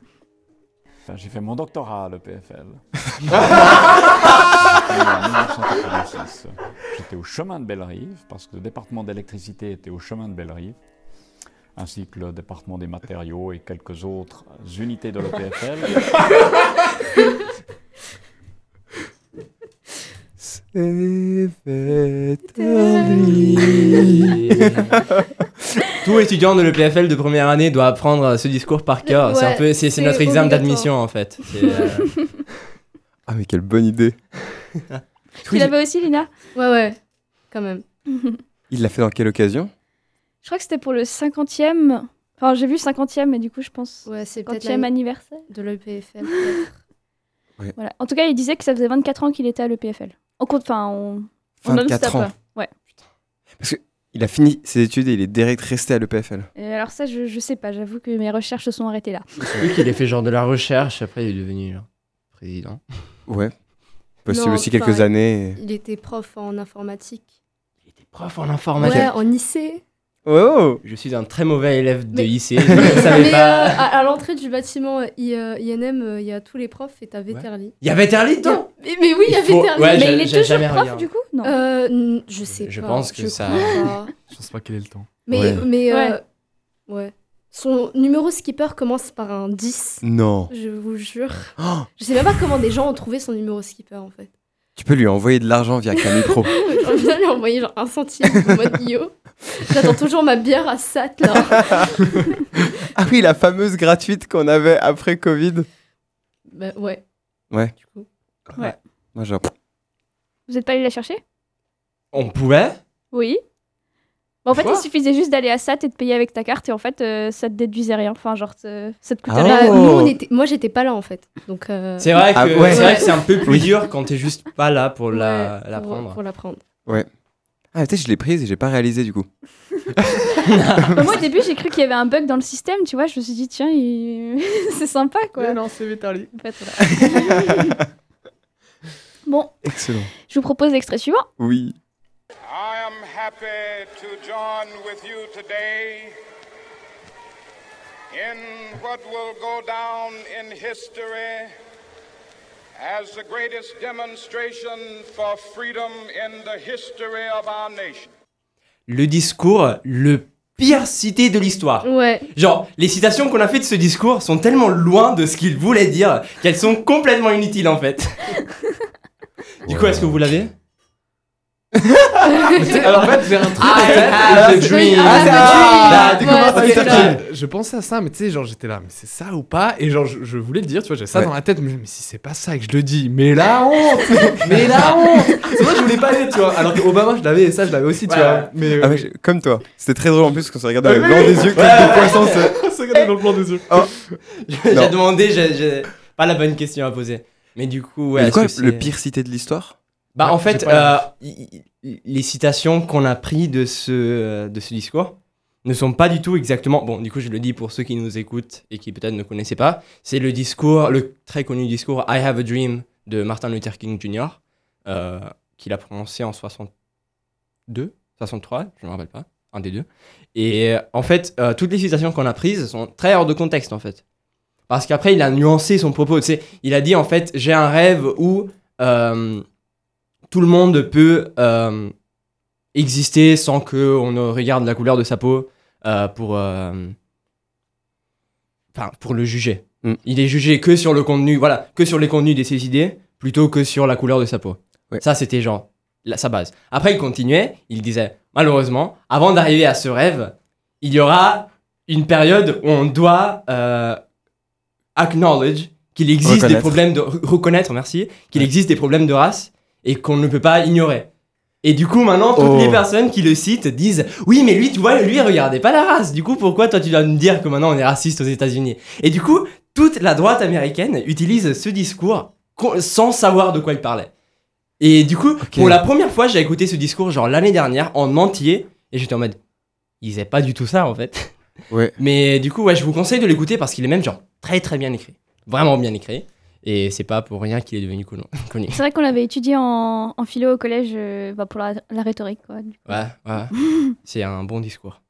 H: Enfin, J'ai fait mon doctorat à l'EPFL. J'étais au chemin de Bellerive, parce que le département d'électricité était au chemin de Bellerive, ainsi que le département des matériaux et quelques autres unités de l'EPFL.
B: C'est
C: Tout étudiant de l'EPFL de première année doit apprendre ce discours par cœur. c'est un
E: Ouais,
C: peu, c'est, c'est
E: c'est
C: notre examen
E: obligatoire.
C: d'admission en fait. C'est, euh,
B: Ah, mais quelle bonne idée
D: Tu l'avais aussi, Lina
E: ouais, ouais. Quand même.
B: Il l'a fait dans quelle occasion
D: Je crois que c'était pour le 50e. Enfin, j'ai vu 50e, mais du coup, je pense.
E: Ouais, c'est peut-être
D: 50e
E: l'année
D: anniversaire.
E: de l'EPFL.
D: Voilà. En tout cas, il disait que ça faisait 24 ans qu'il était à l'EPFL. On compte, enfin, on. on non-stop,
B: 24 ans.
D: quoi. Ouais.
B: Il a fini ses études et il est direct resté à l'EPFL.
D: Et alors, ça, je, je sais pas. J'avoue que mes recherches se sont arrêtées là.
C: Lui qu'il ait fait genre de la recherche, après il est devenu genre, président.
B: Ouais. Possible
E: Non,
B: aussi quelques
E: pareil.
B: années.
E: Il était prof en informatique.
C: Il était prof en
E: Ouais,
C: informatique.
E: en IC.
B: Oh
C: Je suis un très mauvais élève de
E: Mais-
C: lycée. Je ne savais
E: Mais euh,
C: pas.
E: à, à l'entrée du bâtiment euh, I- euh, INM, euh, il y a tous les profs et t'as Véterli.
C: Il y avait Terli dedans.
E: Mais, mais oui, il y a
C: Il faut-
E: Véterli.
B: Ah,
C: ouais,
D: mais
C: j'ai-
D: il est
C: j'ai
D: toujours
C: jamais
D: prof,
B: hein.
C: regardé.
D: du coup Non.
E: Euh, n- je sais
C: Je
E: pas.
C: pense que ça-
E: crois pas.
F: Je pense pas quel est le temps.
E: Mais,
B: Ouais.
E: mais euh,
D: Ouais.
E: ouais. Son numéro skipper commence par un 10.
B: Non
E: Je vous jure.
B: Oh,
E: Je sais même pas comment des gens ont trouvé son numéro skipper en fait.
B: Tu peux lui envoyer de l'argent via Camille Pro.
E: Genre, je lui ai envoyé genre un centime en mode yo. J'attends toujours ma bière à Sat là.
B: ah oui, la fameuse gratuite qu'on avait après Covid.
E: bah, ouais.
B: Ouais.
E: Du coup.
B: Moi, Ah, genre,
D: Vous êtes pas allé la chercher
C: On pouvait.
D: Oui. Bah, en fait,
F: Quoi
D: il suffisait juste d'aller à SAT et de payer avec ta carte, et en fait, euh, ça te déduisait rien. Enfin, genre, te- ça te coûtait
B: Ah
D: rien.
E: Bah,
B: Oh.
E: nous, on était... Moi, j'étais pas là en fait. Donc, euh,
C: C'est vrai que
B: Ah ouais.
C: c'est vrai que c'est un peu plus
B: Oui.
C: dur quand t'es juste pas là pour la,
E: ouais,
C: la
E: pour-
C: prendre.
E: Pour la prendre.
B: Ah, peut-être je l'ai prise et j'ai pas réalisé du coup.
D: Bah, moi, au début, j'ai cru qu'il y avait un bug dans le système, tu vois. Je me suis dit, tiens, il- c'est sympa, quoi.
F: non, c'est Vitaly.
D: En fait, voilà. bon,
B: Excellent.
D: je vous propose l'extrait suivant.
B: Oui.
G: I am happy to join with you today in what will go down in history as the greatest demonstration for freedom in the history of our nation.
C: Le discours le pire cité de l'histoire.
E: Ouais.
C: Genre, les citations qu'on a faites de ce discours sont tellement loin de ce qu'il voulait dire qu'elles sont complètement inutiles en fait. du coup, est-ce que vous l'avez
F: Alors en fait, j'ai un truc en
C: Ah,
F: tête. et j'ai-
C: dream.
F: Ah,
E: dream.
F: d'accord,
E: Ouais,
F: ça,
E: c'est
F: c'est
E: ça.
F: ça. Je pensais à ça, mais tu sais, genre j'étais là, mais c'est ça ou pas Et genre je, je voulais le dire, tu vois, j'avais ça
B: Ouais.
F: dans la tête, mais, je me dis, mais si c'est pas ça et que je le dis, mais la honte Mais la honte C'est vrai, je voulais pas aller, tu vois. Alors que Obama, je l'avais et ça, je l'avais aussi, tu
C: Ouais.
F: vois. Mais. euh,
B: Ah ouais, j'ai- comme toi. C'était très drôle en plus quand on s'est regardé dans le
F: Ouais,
B: blanc
F: ouais,
B: des yeux comme des poissons. c'est-
F: on se regardait dans le blanc des yeux.
C: J'ai
B: Non.
C: demandé, j'ai- j'ai pas la bonne question à poser. Mais du coup, ouais,
B: Mais
C: est-ce
B: quoi,
C: que c'est-
B: le pire cité de l'histoire
C: Bah,
F: Ouais,
C: en
F: j'ai
C: fait,
F: pas la
C: euh, i- i- les citations qu'on a prises de ce, euh, de ce discours ne sont pas du tout exactement. Bon, du coup, je le dis pour ceux qui nous écoutent et qui peut-être ne connaissaient pas. C'est le discours, le très connu discours I Have a Dream de Martin Luther King Jr., euh, qu'il a prononcé en 62, 63, je me rappelle pas, un des deux. Et euh, en fait, euh, toutes les citations qu'on a prises sont très hors de contexte, en fait. Parce qu'après, il a nuancé son propos. Tu sais, il a dit, en fait, j'ai un rêve où. euh, tout le monde peut euh, exister sans que on ne regarde la couleur de sa peau euh, pour euh, enfin pour le juger.
B: Mm.
C: Il est jugé que sur le contenu, voilà, que sur les contenus de ses idées plutôt que sur la couleur de sa peau.
B: Ouais.
C: Ça c'était genre la- sa base. Après il continuait, il disait malheureusement avant d'arriver à ce rêve, il y aura une période où on doit euh, acknowledge qu'il existe des
B: Reconnaître.
C: problèmes de re- reconnaître, merci, qu'il existe des problèmes de race et qu'on ne peut pas ignorer. Et du coup, maintenant, toutes
B: Oh.
C: les personnes qui le citent disent Oui, mais lui, tu vois, lui, regardez pas la race. Du coup, pourquoi toi, tu dois nous dire que maintenant on est raciste aux États-Unis Et du coup, toute la droite américaine utilise ce discours con- sans savoir de quoi il parlait. Et du coup, pour la première fois, j'ai écouté ce discours, genre l'année dernière, en entier, et j'étais en mode Ils aient pas du tout ça, en fait.
B: Ouais.
C: Mais du coup, ouais, je vous conseille de l'écouter parce qu'il est même, genre, très très bien écrit. Vraiment bien écrit. Et c'est pas pour rien qu'il est devenu connu. connu.
D: C'est vrai qu'on l'avait étudié en, en philo au collège euh, bah, pour la, la rhétorique. Quoi. Du-
C: Ouais, ouais. C'est un bon discours.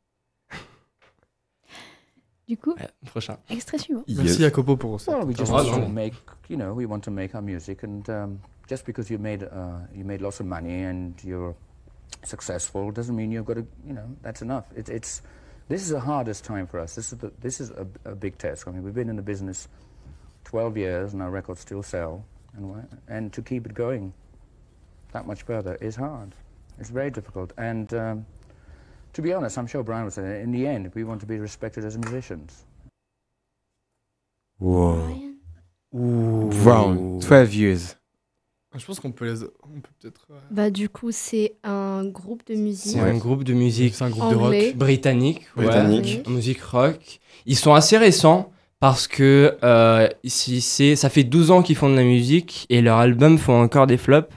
D: Du coup,
C: Ouais, prochain.
D: extrait suivant.
F: Merci Jacopo pour ça.
I: Well, we just
C: Oh,
I: want
C: no.
I: to make, you know, we want to make our music, and um, just because you made uh, you made lots of money and you're successful doesn't mean you've got to, you know, that's enough. It, it's this is the hardest time for us. This is the, this is a, a big test. I mean, we've been in the business 12 years, and our records still sell, and wha- and to keep it going that much further is hard. It's very difficult, and. Um, to be honest, I'm sure Brian would say, in the end, we want to be respected as musicians.
B: Wow.
C: Ouh.
B: Brown, 12 years.
F: Ah, Je pense qu'on peut les. On peut peut-être. euh,
E: Bah, du coup, c'est un groupe de musique.
C: C'est un groupe de musique
F: C'est un groupe
E: Anglais.
F: de rock.
C: britannique. ouais.
B: Britannique.
C: Musique rock. Ils sont assez récents parce que euh, si c'est, ça fait 12 ans qu'ils font de la musique et leurs albums font encore des flops.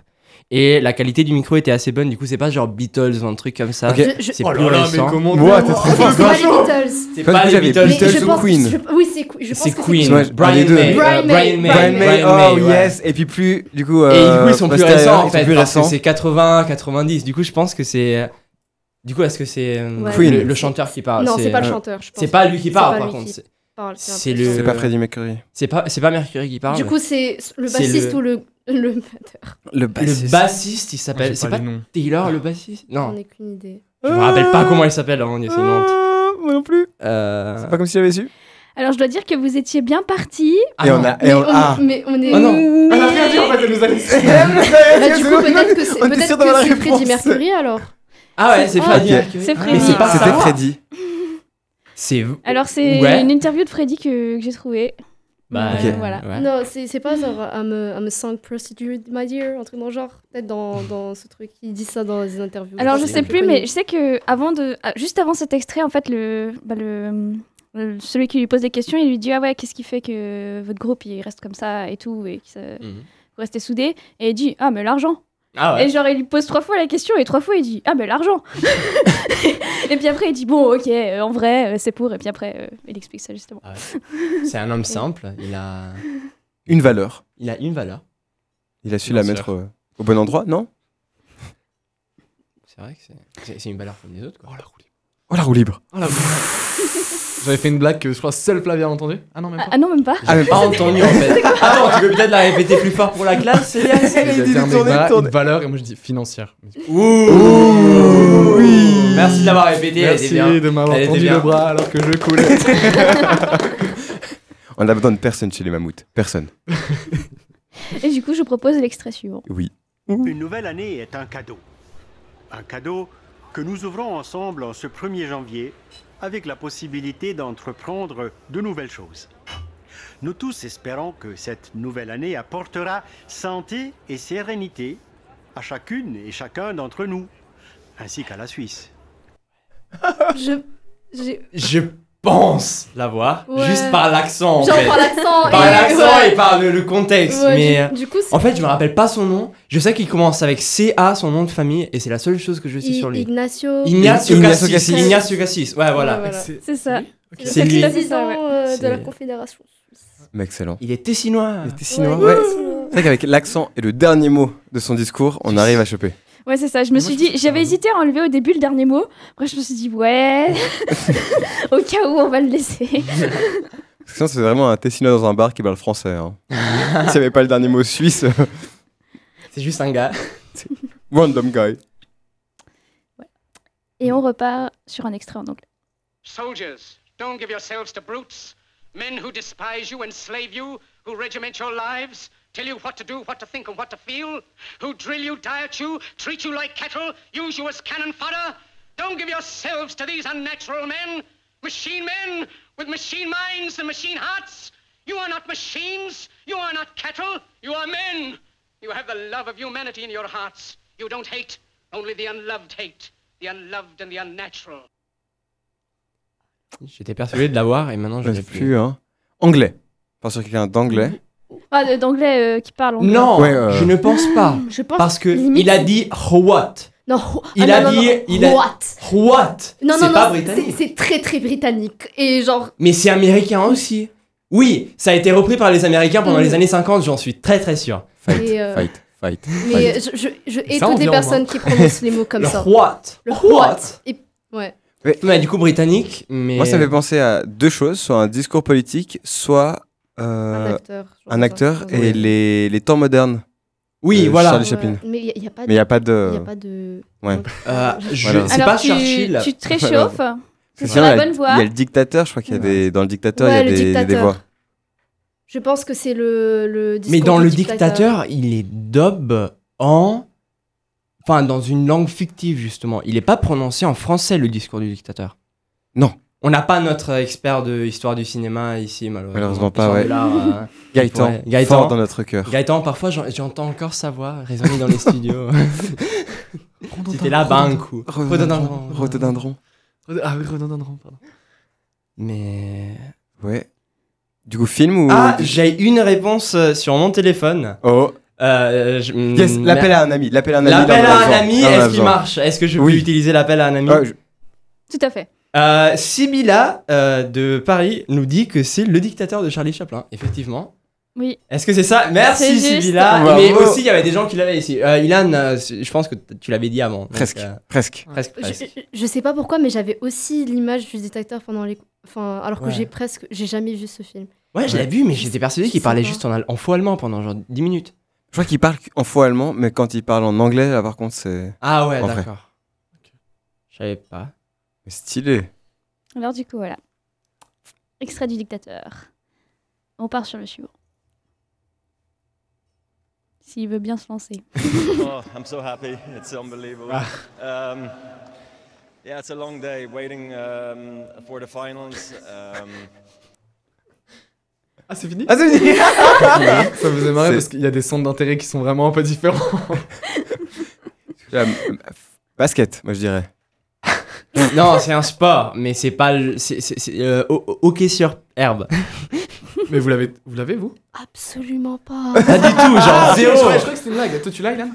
C: Et la qualité du micro était assez bonne, du coup, c'est pas genre Beatles ou un truc comme ça.
B: Ok.
E: Je- je-
C: C'est
F: Oh
C: plus
F: là là, mais
C: récent.
F: comment.
B: Ouah, t'es trop
E: Enfin,
B: fort.
E: c'est pas les Beatles.
C: C'est
B: Parce
C: pas
B: que
C: les
B: j'avais
C: Beatles.
E: Mais
B: Beatles
E: je
B: ou
E: pense,
B: Queen
E: je- oui, c'est, je pense
C: C'est
E: que
C: Queen.
B: Ouais,
C: Brian,
B: un des deux.
C: May, euh,
E: Brian May.
B: Brian
E: Brian
B: May,
C: Brian
B: oh
C: May, ouais.
B: yes, et puis plus, du coup.
C: Et du
B: euh,
C: coup, ils sont plus
B: postérieurs,
C: récents en
B: ils sont
C: fait,
B: plus
C: parce que
B: récents.
C: c'est 80, 90. Du coup, je pense que c'est. Du coup, est-ce que c'est euh,
E: Ouais.
B: Queen.
C: le, le chanteur qui parle
E: Non, c'est pas le
B: euh,
E: chanteur, je pense.
C: Ah, C'est pas lui qui
E: C'est
C: parle,
E: pas
C: par
E: lui
C: contre.
E: qui
C: c'est-
E: Parle, un
C: c'est
E: peu
C: le-
E: ça.
B: C'est pas Freddie Mercury.
C: C'est pas, c'est pas Mercury qui parle.
E: Du coup, c'est le
C: C'est
E: bassiste
C: le-
E: ou le, le batteur
B: Le
C: le bassiste, il s'appelle. C'est
F: J'ai
C: pas
F: Bah,
C: Ah.
F: pas les noms.
C: Taylor le bassiste
E: J'en
C: Non.
E: ai qu'une idée.
C: Je me rappelle pas comment il s'appelle, oh mon dieu, c'est une honte.
B: Ah, Moi non plus.
C: Euh...
B: C'est pas comme si j'avais su.
D: Alors, je dois dire que vous étiez bien partis.
C: ah
B: et
C: non.
B: on a.
E: mais,
B: Et on,
E: on,
B: ah.
E: mais on est.
C: Oh non.
F: Elle a rien dit en fait, elle nous a laissé.
E: Bah, du coup, peut-être que c'est,
B: On était
E: peut-être
B: sûr
E: que
B: d'avoir la
E: c'est Freddie
B: réponse.
E: Mercury alors.
C: Ah ouais, c'est
E: Ah,
C: Freddie
B: ok.
C: Mercury.
D: C'est
C: Mais
D: Freddie.
C: c'est pas
B: C'était
C: ça.
B: Freddy.
C: C'est.
D: Alors, c'est
C: Ouais.
D: une interview de Freddy que, que j'ai trouvée.
C: Bah,
D: Ok. voilà.
C: ouais.
E: Non, c'est c'est pas genre I'm a, I'm a song prostitute, my dear, un truc dans le genre. Peut-être dans, dans ce truc. Ils disent ça dans les interviews.
D: Alors je
E: C'est
D: sais
E: un peu
D: plus,
E: connu.
D: mais je sais que avant de, ah, juste avant cet extrait, en fait, le, bah, le, le- celui qui lui pose des questions, il lui dit ah ouais, qu'est-ce qui fait que votre groupe il reste comme ça et tout et que ça,
C: Mhm.
D: vous restez soudés Et il dit ah mais l'argent.
C: Ah ouais.
D: Et genre il lui pose trois fois la question et trois fois il dit ah mais l'argent. et puis après il dit bon ok euh, en vrai euh, c'est pour et puis après euh, il explique ça justement.
C: Ah ouais. C'est un homme simple, il a,
B: Une valeur.
C: il a une valeur.
B: Il a su
F: Bien
B: la
F: sûr.
B: mettre euh, au bon endroit, non
C: C'est vrai que c'est- c'est c'est une valeur comme les autres. Quoi.
F: Oh la roue libre.
B: Oh, la roue libre.
F: Oh la roue J'avais fait une blague que je crois seul Flavien a entendu. Ah non, même
D: Ah,
F: pas.
D: ah non même pas.
B: Ah, mais
C: Pas entendu en fait. Attends, tu peux peut-être la répéter plus fort pour la classe, Célia
F: Il a
B: dit
F: dit un
B: de
F: mec,
B: tourner, de
F: voilà,
B: tourner.
F: une valeur et moi je dis financière.
C: Ouh Merci de l'avoir répété, elle
F: Merci
C: était bien.
F: de m'avoir
C: Elle était
F: tendu
C: bien.
F: le bras alors que je coulais.
B: On n'a besoin de personne chez les mammouths. Personne.
D: Et du coup je propose l'extrait suivant.
B: Oui.
J: Une nouvelle année est un cadeau. Un cadeau que nous ouvrons ensemble en ce 1er janvier avec la possibilité d'entreprendre de nouvelles choses. Nous tous espérons que cette nouvelle année apportera santé et sérénité à chacune et chacun d'entre nous, ainsi qu'à la Suisse.
E: Je. j'ai-
C: Je pense l'avoir,
E: Ouais.
C: juste par l'accent en
E: Genre
C: fait.
E: par l'accent.
C: Par
E: et-
C: l'accent
E: ouais.
C: et par le, le contexte.
E: Ouais,
C: mais euh,
E: du, du coup, c'est
C: en fait, je me rappelle pas son nom. Je sais qu'il commence avec CA, son nom de famille, et c'est la seule chose que je sais
E: I-
C: sur lui.
E: Ignacio.
C: Ignacio
B: Ignacio
C: Cassis.
B: Cassis.
C: Ignacio Cassis, ouais, voilà.
D: C'est ça.
E: C'est
C: C'est lui.
E: le président euh, de
C: C'est-
E: la Confédération suisse.
B: Mais excellent.
C: Il est tessinois.
B: Tessinois.
E: Ouais, Mmh.
B: Ouais.
E: Tessinois.
B: C'est vrai qu'avec l'accent et le dernier mot de son discours, on arrive à choper.
D: Ouais, c'est ça. Je me
F: Moi,
D: suis
F: je
D: dit,
F: trouve ça
D: j'avais
F: un
D: hésité à enlever au début le dernier mot. Après, je me suis dit, ouais, au cas où, on va le laisser.
B: Parce que sinon, c'est vraiment un Tessinois dans un bar qui parle français. Hein. S'il n'y avait pas le dernier mot suisse,
C: C'est juste un gars.
B: random guy.
D: Et on repart sur un extrait en anglais.
K: Soldiers, don't give yourselves to brutes, men who despise you, enslave you, who regiment your lives, tell you what to do, what to think, and what to feel, who drill you, diet you, treat you like cattle, use you as cannon fodder. Don't give yourselves to these unnatural men, machine men with machine minds and machine hearts. You are not machines, you are not cattle, you are men. You have the love of humanity in your hearts. You don't hate, only the unloved hate, the unloved and the unnatural.
C: J'étais persuadé de l'avoir et maintenant je
B: Je
C: l'ai
B: sais
C: plus.
B: plus, hein. Anglais. Pas sur quelqu'un d'anglais.
D: Ah, de- d'anglais euh, qui parle anglais.
C: Non,
B: Ouais, euh.
C: je ne pense pas.
E: Je pense.
C: Parce que
E: limite,
C: il a
E: c'est-
C: dit what.
E: Non.
C: Il
E: ah,
C: a
E: non, non,
C: dit-
E: non.
C: il a-
E: What
C: What
E: Non,
C: C'est
E: non,
C: pas
E: non, c'est- c'est
C: britannique.
E: c'est très très britannique. Et genre,
C: Mais c'est américain aussi. Oui, ça a été repris par les Américains pendant
E: Mm.
C: les années 50, j'en suis très très sûr.
B: Fight,
E: Et, euh,
B: fight, fight.
E: mais je, je, je hais
F: Ça, on
E: toutes les
F: vient,
E: personnes qui prononcent les mots comme
C: le
E: ça.
C: what.
E: Le what. Et- ouais.
C: Ouais. Mais du coup britannique, mais
B: Moi, ça me fait penser à deux choses soit un discours politique, soit euh,
E: un acteur. genre,
B: un
E: dans
B: acteur
E: dans un-
B: et les, les temps modernes.
C: Oui,
B: Euh,
C: voilà.
B: Charlie Chaplin.
E: Ah Mais il n'y a, pas
B: Mais il n'y a pas
E: de.
B: de.
E: y a pas de...
B: Ouais.
C: Euh, je-
B: Voilà.
C: C'est
D: Alors,
C: pas
D: tu,
C: Churchill.
D: tu te réchauffes. C'est sur
B: Sinon,
D: la
B: il y a-
D: bonne
B: Il
D: voie.
B: y a le dictateur, je crois qu'il y a des. Dans le dictateur,
E: Ouais,
B: il y a
E: le
B: des, des
E: dictateur.
B: voix.
E: Je pense que c'est le, le discours
C: Mais dans
E: du
C: le dictateur, il est dub en enfin dans une langue fictive justement. Il est pas prononcé en français le discours du dictateur.
B: Non.
C: On n'a pas notre expert de histoire du cinéma ici malheureusement.
B: Malheureusement pas,
C: Il semble
B: ouais.
C: là, euh,
B: Gaëtan,
C: Ouais, Gaëtan.
B: fort dans notre cœur.
C: Gaëtan, parfois j'en- j'entends encore sa voix résonner dans les studios. C'était là, bas un coup. Rhododendron.
B: Rhododendron.
F: Ah oui, rhododendron, pardon.
C: Mais.
B: Ouais. Du coup, film ou.
C: Ah, j'ai une réponse euh, sur mon téléphone.
B: Oh.
C: Euh, je- mm,
B: Yes,
C: mer-
B: l'appel à un ami. L'appel à un ami.
C: L'appel
B: là, on
C: à
B: a
C: un
B: besoin.
C: ami,
B: Là, on a
C: est-ce qu'il
B: besoin.
C: marche Est-ce que je peux
B: Oui.
C: utiliser l'appel à un ami
B: Ah, je-
D: Tout à fait.
C: Euh, Sybilla euh, de Paris nous dit que c'est le dictateur de Charlie Chaplin, effectivement.
D: Oui.
C: Est-ce que c'est ça Merci
D: C'est juste.
C: Sybilla.
B: Bravo.
C: Mais aussi, il y avait des gens qui l'avaient ici. Euh, Ilan, euh, je pense que t- tu l'avais dit avant. donc,
B: Presque.
C: euh,
B: Presque.
C: presque,
E: Je,
C: presque.
E: je sais pas pourquoi, mais j'avais aussi l'image du dictateur pendant les. Enfin, alors que
C: Ouais.
E: j'ai presque. J'ai jamais vu ce film.
C: Ouais, je l'ai vu, mais j'étais persuadé qu'il
E: Je sais
C: parlait
E: pas.
C: juste en, al- en faux allemand pendant genre 10 minutes.
B: Je crois qu'il parle en faux allemand, mais quand il parle en anglais, là, par contre, c'est.
C: Ah ouais,
B: En vrai.
C: d'accord. Je savais pas.
B: Stylé.
D: Alors, du coup, voilà. Extrait du dictateur. On part sur le suivant. S'il veut bien se lancer.
K: Oh, I'm so happy. It's unbelievable.
F: Ah.
K: Um, yeah, it's a long day waiting um, for the finals. Um,
F: Ah, c'est fini
B: Ah, c'est fini
F: Ça me faisait marrer
B: C'est-
F: parce qu'il y a des centres d'intérêt qui sont vraiment un peu différents.
B: Euh, euh, basket, moi je dirais.
C: non, c'est un sport, mais c'est pas. le- C'est c'est- c'est, euh, ho- ho- hockey sur herbe.
F: Mais vous l'avez, vous l'avez, vous
E: Absolument pas.
C: Pas du tout, genre
F: Ah, Je
C: zéro.
F: croyais, je croyais que c'était une blague. Toi, tu l'as, Ilan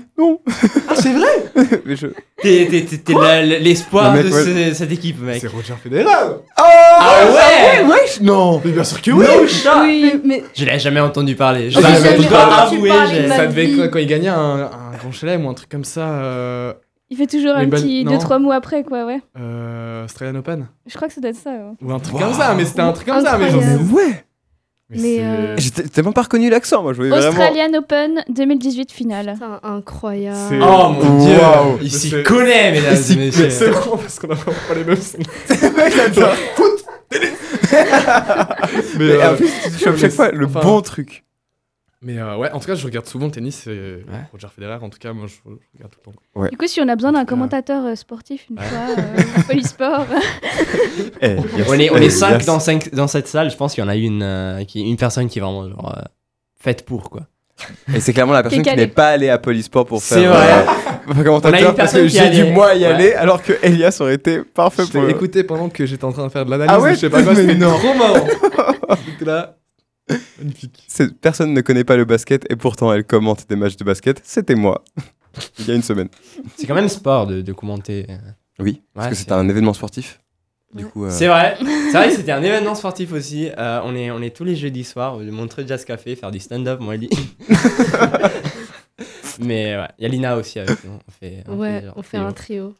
B: Mais je-
C: T'es t'es- t'es- t'es la- l'espoir
B: Non, mec,
C: de
B: ouais.
C: ce- cette équipe, mec.
F: C'est Roger Federer
C: Ah ouais
B: Non
F: Mais bien sûr que
C: oui.
F: oui
E: Oui, mais
C: Je l'ai jamais entendu parler. Je
F: Ah,
C: dois-
F: j'ai jamais
C: je dois
E: entendu
C: avouer,
E: parler de
C: j'ai-
E: ma
F: Ça
E: vie.
F: devait être quoi, quand il gagnait un, un grand chelem ou un truc comme ça euh,
D: Il fait toujours
F: Mais
D: un
F: ben,
D: petit
F: non.
D: 2-3 mots après, quoi, ouais.
F: euh, Australian Open
D: Je crois que ça doit être ça. ouais.
F: Ou un truc comme ça, mais c'était un truc comme ça. Mais, genre,
E: Incroyable.
B: Mais ouais
F: mais
E: Mais,
F: c'est-
E: euh,
B: J'ai tellement pas reconnu l'accent, moi je voulais vraiment.
D: Australian Open 2018 finale.
E: putain,
F: C'est-
E: incroyable.
C: Oh mon dieu
F: Waouh.
C: Il s'y
F: C'est-
C: connaît, mesdames
F: c'est-
C: et messieurs.
F: C'est vraiment parce qu'on a vraiment pas les mêmes sons. mais,
B: Mais
F: euh,
B: en plus, tu chopes chaque fois le
F: enfin-
B: bon truc.
F: mais, euh, ouais, en tout cas, je regarde souvent le tennis et
C: Ouais.
F: Roger Federer. En tout cas, moi, je, je regarde tout le temps.
D: Du coup, si on a besoin d'un commentateur euh, sportif une fois, euh, Polysport.
B: Eh, yes.
C: On est, on
B: Eh,
C: est cinq
B: yes.
C: dans, cinq- dans cette salle, je pense qu'il y en a une, euh, qui, une personne qui est vraiment genre, euh, faite pour quoi.
B: Et c'est clairement la personne qui
D: calé.
B: n'est pas allée à Polysport pour
C: C'est
B: faire.
C: vrai.
B: euh,
C: personne
B: commentateur parce que
C: qui est
B: j'ai dû
C: allée.
B: moi y
C: Ouais.
B: aller alors que Elias aurait été parfait
F: Je
B: pour.
F: l'ai écouté pendant que j'étais en train de faire de l'analyse.
B: Ah ouais,
F: je sais pas quoi,
B: mais
F: c'était
B: non.
F: trop marrant. J'étais là. Magnifique.
B: Cette personne ne connaît pas le basket et pourtant elle commente des matchs de basket. C'était moi. Il y a une semaine.
C: C'est quand même sport de, de commenter.
B: Oui, parce
C: Ouais,
B: que
C: c'est-
B: c'était un événement sportif. Du
E: Ouais.
B: coup. euh,
C: C'est vrai, c'est vrai que c'était un événement sportif aussi. Euh, on, est, on est tous les jeudis soirs au Montreux Jazz Café, faire du stand-up, moi, Ellie. Mais ouais, il y a Lina aussi avec nous. On fait, on
E: Ouais,
C: fait genre
E: on fait
C: trio.
E: un trio.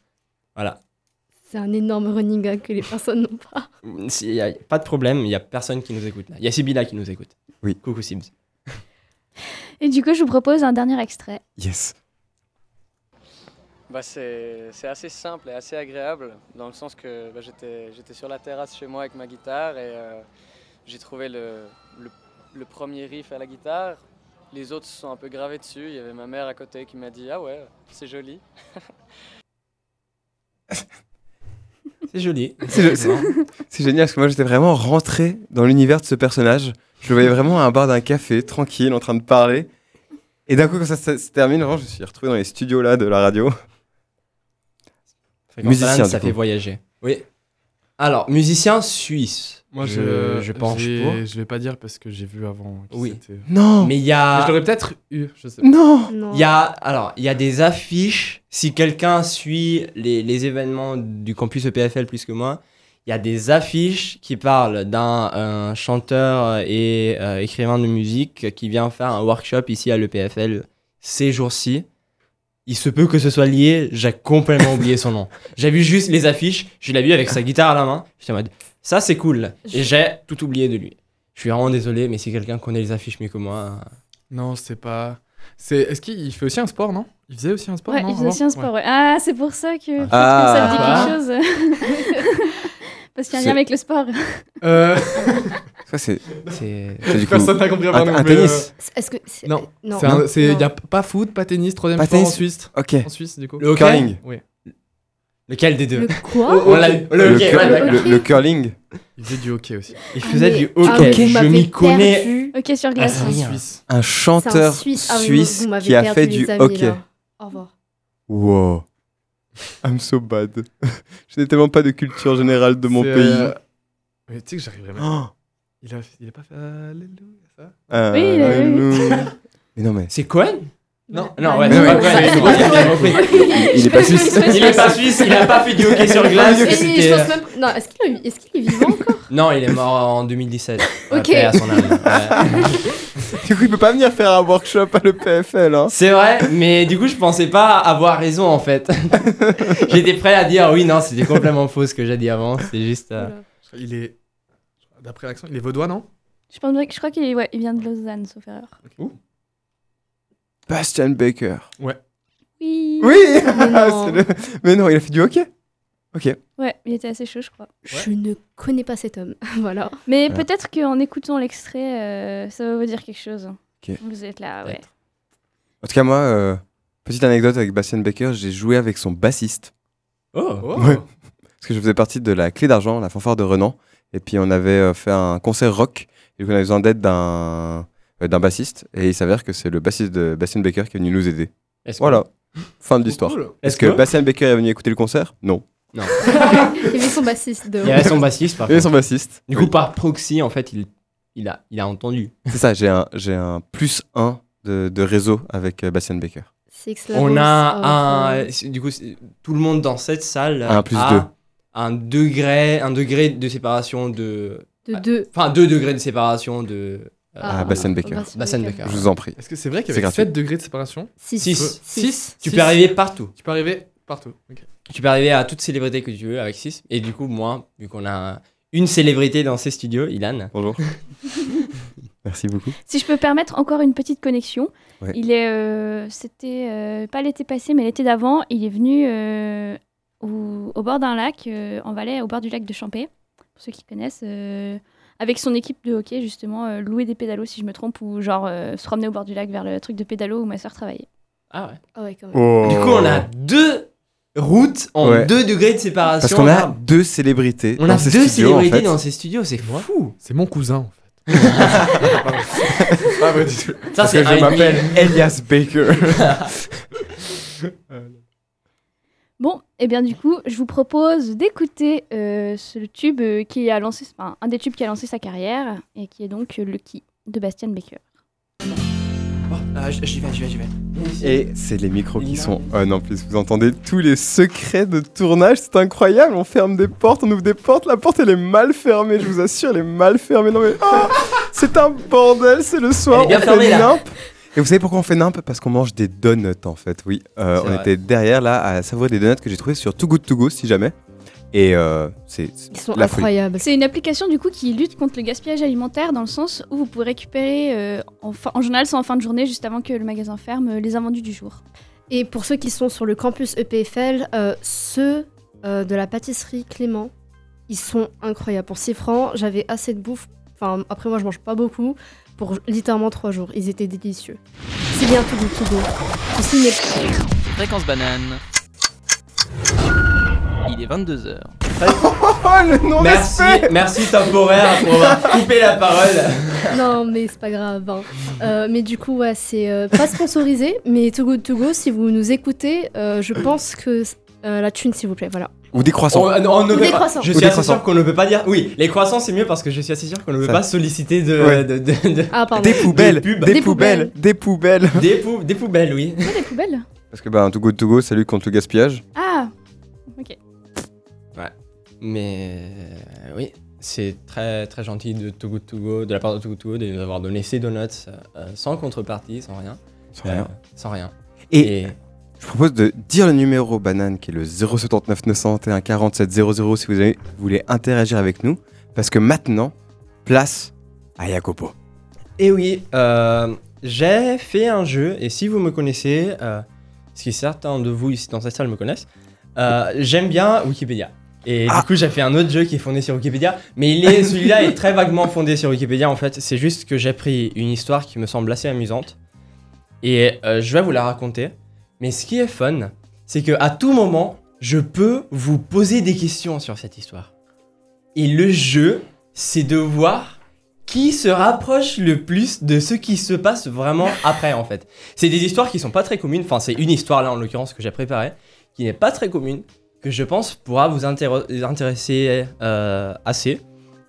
C: Voilà.
E: C'est un énorme running gag que les personnes n'ont pas.
C: S'il y a pas de problème, il y a personne qui nous écoute là. Il y a Sibila qui nous écoute.
B: Oui.
C: Coucou Sibs.
D: Et du coup, je vous propose un dernier extrait.
B: Yes.
L: Bah, c'est c'est assez simple et assez agréable, dans le sens que bah, j'étais j'étais sur la terrasse chez moi avec ma guitare et euh, j'ai trouvé le, le- le premier riff à la guitare. Les autres se sont un peu gravés dessus. Il y avait ma mère à côté qui m'a dit Ah ouais, c'est joli.
C: C'est joli.
B: C'est le- c'est- C'est génial parce que moi j'étais vraiment rentré dans l'univers de ce personnage. Je le voyais vraiment à un bar d'un café, tranquille, en train de parler. Et d'un coup, quand ça, se- se termine, vraiment, je me suis retrouvé dans les studios là de la radio.
C: Fréquence
B: Musicien,
C: Alan,
B: du
C: ça
B: coup.
C: fait voyager. Oui. Alors, musicien suisse.
F: Moi,
C: je,
F: je,
C: je penche
F: j'ai-
C: pour.
F: Je vais pas dire parce que j'ai vu avant. qui
C: Oui.
F: c'était.
B: Non
C: Mais il y
F: Mais
C: a,
F: Je l'aurais peut-être eu, je
D: Mm.
F: sais pas.
B: Non
E: Non.
C: il y a, alors, il y a des affiches. Si quelqu'un suit les, les événements du campus E EPFL plus que moi, il y a des affiches qui parlent d'un un chanteur et euh, écrivain de musique qui vient faire un workshop ici à l'EPFL ces jours-ci. Il se peut que ce soit lié, j'ai complètement oublié son nom. J'ai vu juste les affiches, je l'ai vu avec sa guitare à la main. J'étais en mode, ça c'est cool. Et j'ai tout oublié de lui. Je suis vraiment désolé, mais si quelqu'un connaît les affiches mieux que moi.
F: Non, c'est pas. C'est. Est-ce qu'il fait aussi un sport, non Il faisait aussi un sport,
D: Ouais,
F: non
D: il faisait
F: avant
D: aussi un sport. ouais. Ah, c'est pour ça que
B: Ah.
D: peut-être que ça me dit quelque chose. Parce qu'il y a un lien
B: C'est-
D: avec le sport.
F: Euh,
B: Ça, c'est
C: C'est.
B: c'est du coup.
F: personne n'a compris
B: Un,
F: avant nous,
B: un
F: mais,
B: tennis
E: Est-ce que c'est-
F: euh, Non.
E: Non.
F: C'est un- c'est-
E: Non.
F: y a p- pas foot, pas tennis, troisième
B: Pas
F: sport en
B: tennis.
F: Suisse.
B: euh. Ok.
F: En Suisse, du coup.
C: Le hockey
B: Curling.
F: Oui.
C: Lequel des deux
E: Le quoi
C: On l'a- le
B: le,
C: hockey,
B: cur-
C: ouais, d'accord.
B: le- le curling
F: Il faisait du hockey aussi.
C: Il faisait
E: mais-
C: du
E: ah,
C: hockey.
E: vous
C: je
E: m'avez
C: m'y connais.
E: perdu.
D: Ok, sur
C: Ah,
D: glace.
C: c'est rien.
F: Suisse.
B: Un
E: C'est un
B: chanteur
E: Ah oui, vous-
B: suisse
E: vous m'avez
B: qui a
E: perdu,
B: fait
E: les
B: du
E: amis,
B: hockey.
E: là. Au revoir.
B: Wow. I'm so bad. je n'ai tellement pas de culture générale de mon
F: C'est,
B: pays.
F: euh, Mais tu sais que j'arriverai même.
B: Oh.
F: Il a, il a pas fait Alléluia, ça
D: Oui, il a-
B: Alléluia. Mais non, mais.
C: C'est Cohen Non,
E: Ah,
C: non, ouais,
B: Mais
C: c'est
B: oui,
C: pas
B: oui,
C: Cohen.
B: c'est
C: Ouais, j'ai bien
B: Cohen.
C: compris.
B: Il est pas suisse.
C: Il est pas suisse, il a pas fait du hockey sur glace.
E: Et je
C: c'était- euh,
E: pense même- Non, est-ce qu'il est, qu'il est vivant encore
C: Non, il est mort en 2017.
E: Ok.
C: Après, à son âme. Ouais.
B: Du coup, il peut pas venir faire un workshop à l'EPFL. Hein.
C: C'est vrai, mais du coup, je pensais pas avoir raison en fait. J'étais prêt à dire oui, non, c'était complètement faux ce que j'ai dit avant. C'est juste. euh,
F: Il est. D'après l'accent, il est vaudois, non
D: Je, pense bien que- je crois qu'il est- ouais, il vient de Lausanne, sauf erreur.
B: Bastian Baker.
D: Oui.
B: Oui Ah, C'est
E: non.
B: le- Mais non, il a fait du hockey.
D: Ouais, il était assez chaud, je crois.
E: Je ne connais pas cet homme. voilà.
D: Mais
B: Voilà.
D: peut-être qu'en écoutant l'extrait, euh, ça va vous dire quelque chose.
B: Ok.
D: Vous êtes là, ouais.
B: En tout cas, moi, euh, petite anecdote avec Bastian Baker, j'ai joué avec son bassiste.
C: Oh.
F: Oh.
B: Ouais. Parce que je faisais partie de la Clé d'Argent, la fanfare de Renan. Et puis on avait euh, fait un concert rock. Et donc, on avait besoin d'aide d'un euh, d'un bassiste. Et il s'avère que c'est le bassiste de Bastien Baker qui est venu nous aider.
C: Est-ce que-
B: Voilà. Fin de l'histoire.
C: cool.
B: Est-ce
C: Est-ce
B: que,
C: que-
B: Bastien Baker est venu écouter le concert Non.
C: Non.
E: Il y avait son bassiste de
C: Il y avait son bassiste, par
B: Il y avait
C: contre.
B: son bassiste.
C: Du coup, par proxy, en fait, il, il, a, il a entendu.
B: C'est ça, j'ai un, j'ai un plus 1 de, de réseau avec euh, Bastien Baker.
E: Six Oh,
C: On
E: Levels
C: a
E: of-
C: un. c'est- Du coup, c'est- tout le monde dans cette salle
B: Un plus
C: a
B: deux.
C: un degré, un degré de séparation de.
E: De deux.
C: Enfin, deux degrés de séparation de. euh,
B: Ah,
C: bah,
B: Bastien Baker.
C: Bastien Baker.
B: Je vous en prie.
F: Est-ce que c'est vrai qu'il y
B: C'est
F: avait
B: gratuit.
F: 7 degrés de séparation
E: Six.
C: Six.
E: Six.
C: Tu
F: Six.
C: peux arriver partout.
F: Tu peux arriver partout. Ok.
C: Tu peux arriver à toute célébrité que tu veux avec 6. Et du coup, moi, vu qu'on a une célébrité dans ces studios, Ilan.
B: Bonjour. Merci beaucoup.
D: Si je peux permettre encore une petite connexion,
B: Ouais.
D: il est, euh, c'était euh, pas l'été passé, mais l'été d'avant, il est venu euh, au, au bord d'un lac, euh, en Valais, au bord du lac de Champé, pour ceux qui connaissent, euh, avec son équipe de hockey justement, euh, louer des pédalos si je me trompe, ou genre euh, se promener au bord du lac vers le truc de pédalo où ma soeur travaillait.
C: Ah ouais.
E: Ah ouais, quand même.
B: Oh,
C: Du coup, on a deux routes en
B: Ouais.
C: deux degrés de séparation.
B: Parce qu'on a deux célébrités.
C: on
B: dans
C: a
B: ces
C: deux
B: studios, en
C: célébrités
B: fait.
C: dans ces studios, c'est fou.
F: C'est mon cousin en fait.
B: Pas vrai du tout.
C: Ça,
B: Parce
C: c'est
B: que
C: un
B: je m'appelle Elias Baker.
D: Bon, et bien du coup, je vous propose d'écouter euh, ce tube euh, qui a lancé, enfin, un des tubes qui a lancé sa carrière et qui est donc euh, Lucky de Bastien Baker.
C: Euh, j'y vais, j'y vais, j'y vais.
B: Et c'est les micros qui sont on en plus. Vous entendez tous les secrets de tournage, c'est incroyable. On ferme des portes, on ouvre des portes. La porte elle est mal fermée, je vous assure, elle est mal fermée. Non mais ah, c'est un bordel, c'est le soir.
C: Elle est bien
B: on
C: fermée,
B: fait
C: là.
B: nimp. Et vous savez pourquoi on fait nimp Parce qu'on mange des donuts en fait. Oui, Euh,
C: C'est
B: on
C: vrai.
B: était derrière là à savourer des donuts que j'ai trouvé sur Too Good To Go si jamais. Et euh, c'est c'est
E: Ils sont
B: la folie.
E: incroyables.
D: C'est une application du coup qui lutte contre le gaspillage alimentaire dans le sens où vous pouvez récupérer, euh, en, fin- en général c'est en fin de journée juste avant que le magasin ferme, euh, les invendus du jour.
E: Et pour ceux qui sont sur le campus EPFL, euh, ceux euh, de la pâtisserie Clément, ils sont incroyables. Pour 6 francs, j'avais assez de bouffe. Enfin, après, moi, je mange pas beaucoup. Pour littéralement 3 jours. Ils étaient délicieux. C'est bien tout du tout. Ceci n'est
M: Fréquence banane. Il est 22h.
B: Oh le non
C: Merci, merci temporaire pour avoir coupé la parole.
E: Non, mais c'est pas grave. hein. Euh, mais du coup, ouais, c'est euh, pas sponsorisé, mais Too Good To Go, si vous nous écoutez, euh, je pense que euh, la thune, s'il vous plaît, voilà.
B: Ou des croissants.
C: On- non, on ne
E: Ou
C: peut
E: des
C: pas-
E: croissants.
C: Je
B: Ou
C: suis
B: des
C: assez
B: croissants.
C: sûr qu'on ne peut pas dire. Oui, les croissants c'est mieux parce que je suis assez sûr qu'on ne peut
B: Ça.
C: pas solliciter de,
B: Ouais.
C: de- de- de-
E: Ah, pardon.
B: Des poubelles,
C: Oh, Des pubs.
B: des
E: Des
B: poubelles, des poubelles.
C: des, pou- des poubelles, oui.
D: Ah, les poubelles
B: Parce que bah, Too Good To Go, ça lutte contre le gaspillage.
D: Ah
C: Mais euh, oui, c'est très très gentil de Too Good To Go, de la part de Too Good To Go, de nous avoir donné ces donuts euh, sans contrepartie, sans rien.
B: Sans rien.
C: Euh, sans rien.
B: Et- Je vous propose de dire le numéro banane qui est le 079 921 47 00 si vous avez- vous voulez interagir avec nous. Parce que maintenant, place à Jacopo.
C: Et Eh oui, euh, j'ai fait un jeu, et si vous me connaissez, euh, ce qui certains de vous ici dans cette salle me connaissent, euh, j'aime bien Wikipédia. Et
B: Ah.
C: du coup, j'ai fait un autre jeu qui est fondé sur Wikipédia, mais il est- celui-là est très vaguement fondé sur Wikipédia en fait. C'est juste que j'ai pris une histoire qui me semble assez amusante, et euh, je vais vous la raconter. Mais ce qui est fun, c'est que à tout moment, je peux vous poser des questions sur cette histoire. Et le jeu, c'est de voir qui se rapproche le plus de ce qui se passe vraiment après en fait. C'est des histoires qui sont pas très communes, enfin c'est une histoire là en l'occurrence que j'ai préparée, qui n'est pas très commune, que je pense pourra vous intér- intéresser euh, assez.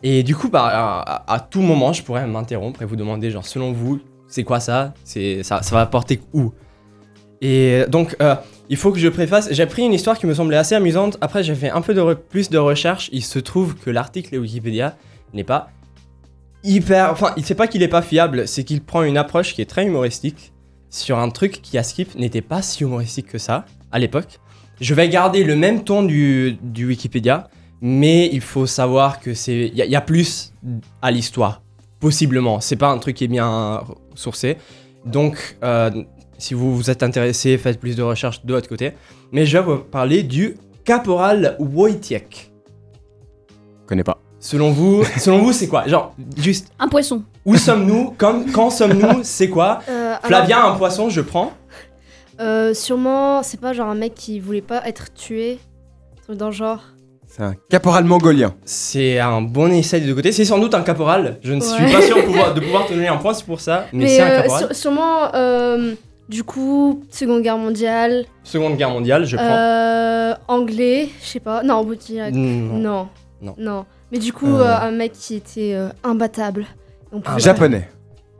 C: Et du coup, bah, à, à- à tout moment, je pourrais m'interrompre et vous demander, genre, selon vous, c'est quoi ça C'est ça, ça va porter où Et donc, euh, il faut que je préface. J'ai pris une histoire qui me semblait assez amusante. Après, j'ai fait un peu de re- plus de recherche. Il se trouve que l'article de Wikipédia n'est pas hyper. Enfin, il sait pas qu'il est pas fiable. C'est qu'il prend une approche qui est très humoristique sur un truc qui à Skip n'était pas si humoristique que ça à l'époque. Je vais garder le même ton du, du Wikipédia, mais il faut savoir que c'est il y, a- il y a plus à l'histoire possiblement. C'est pas un truc qui est bien sourcé. Donc, euh, si vous vous êtes intéressé, faites plus de recherches de votre côté. Mais je vais vous parler du caporal Wojciech.
B: Je connais pas.
C: Selon vous, selon vous, c'est quoi Genre, juste,
D: Un poisson
B: Euh,
C: où sommes-nous Comme, quand sommes-nous C'est quoi
E: Euh, alors,
C: Flavien, un poisson, je prends.
E: euh, sûrement, c'est pas genre un mec qui voulait pas être tué, un truc dans le genre.
B: C'est un caporal mongolien.
C: C'est un bon essai des deux côtés. C'est sans doute un caporal. Je ne suis
E: Ouais.
C: pas sûr de pouvoir, de pouvoir te donner un point c'est pour ça. Mais,
E: Mais
C: c'est un
E: euh,
C: caporal.
E: sû- sûrement, euh, du coup, Seconde Guerre mondiale,
C: Seconde guerre mondiale, je prends.
E: euh, anglais, je sais pas. Non, Bouti direct.
C: Non.
E: Euh, Non.
C: Non.
E: Mais du coup,
C: Euh.
E: euh, un mec qui était euh, imbattable. On pouvait-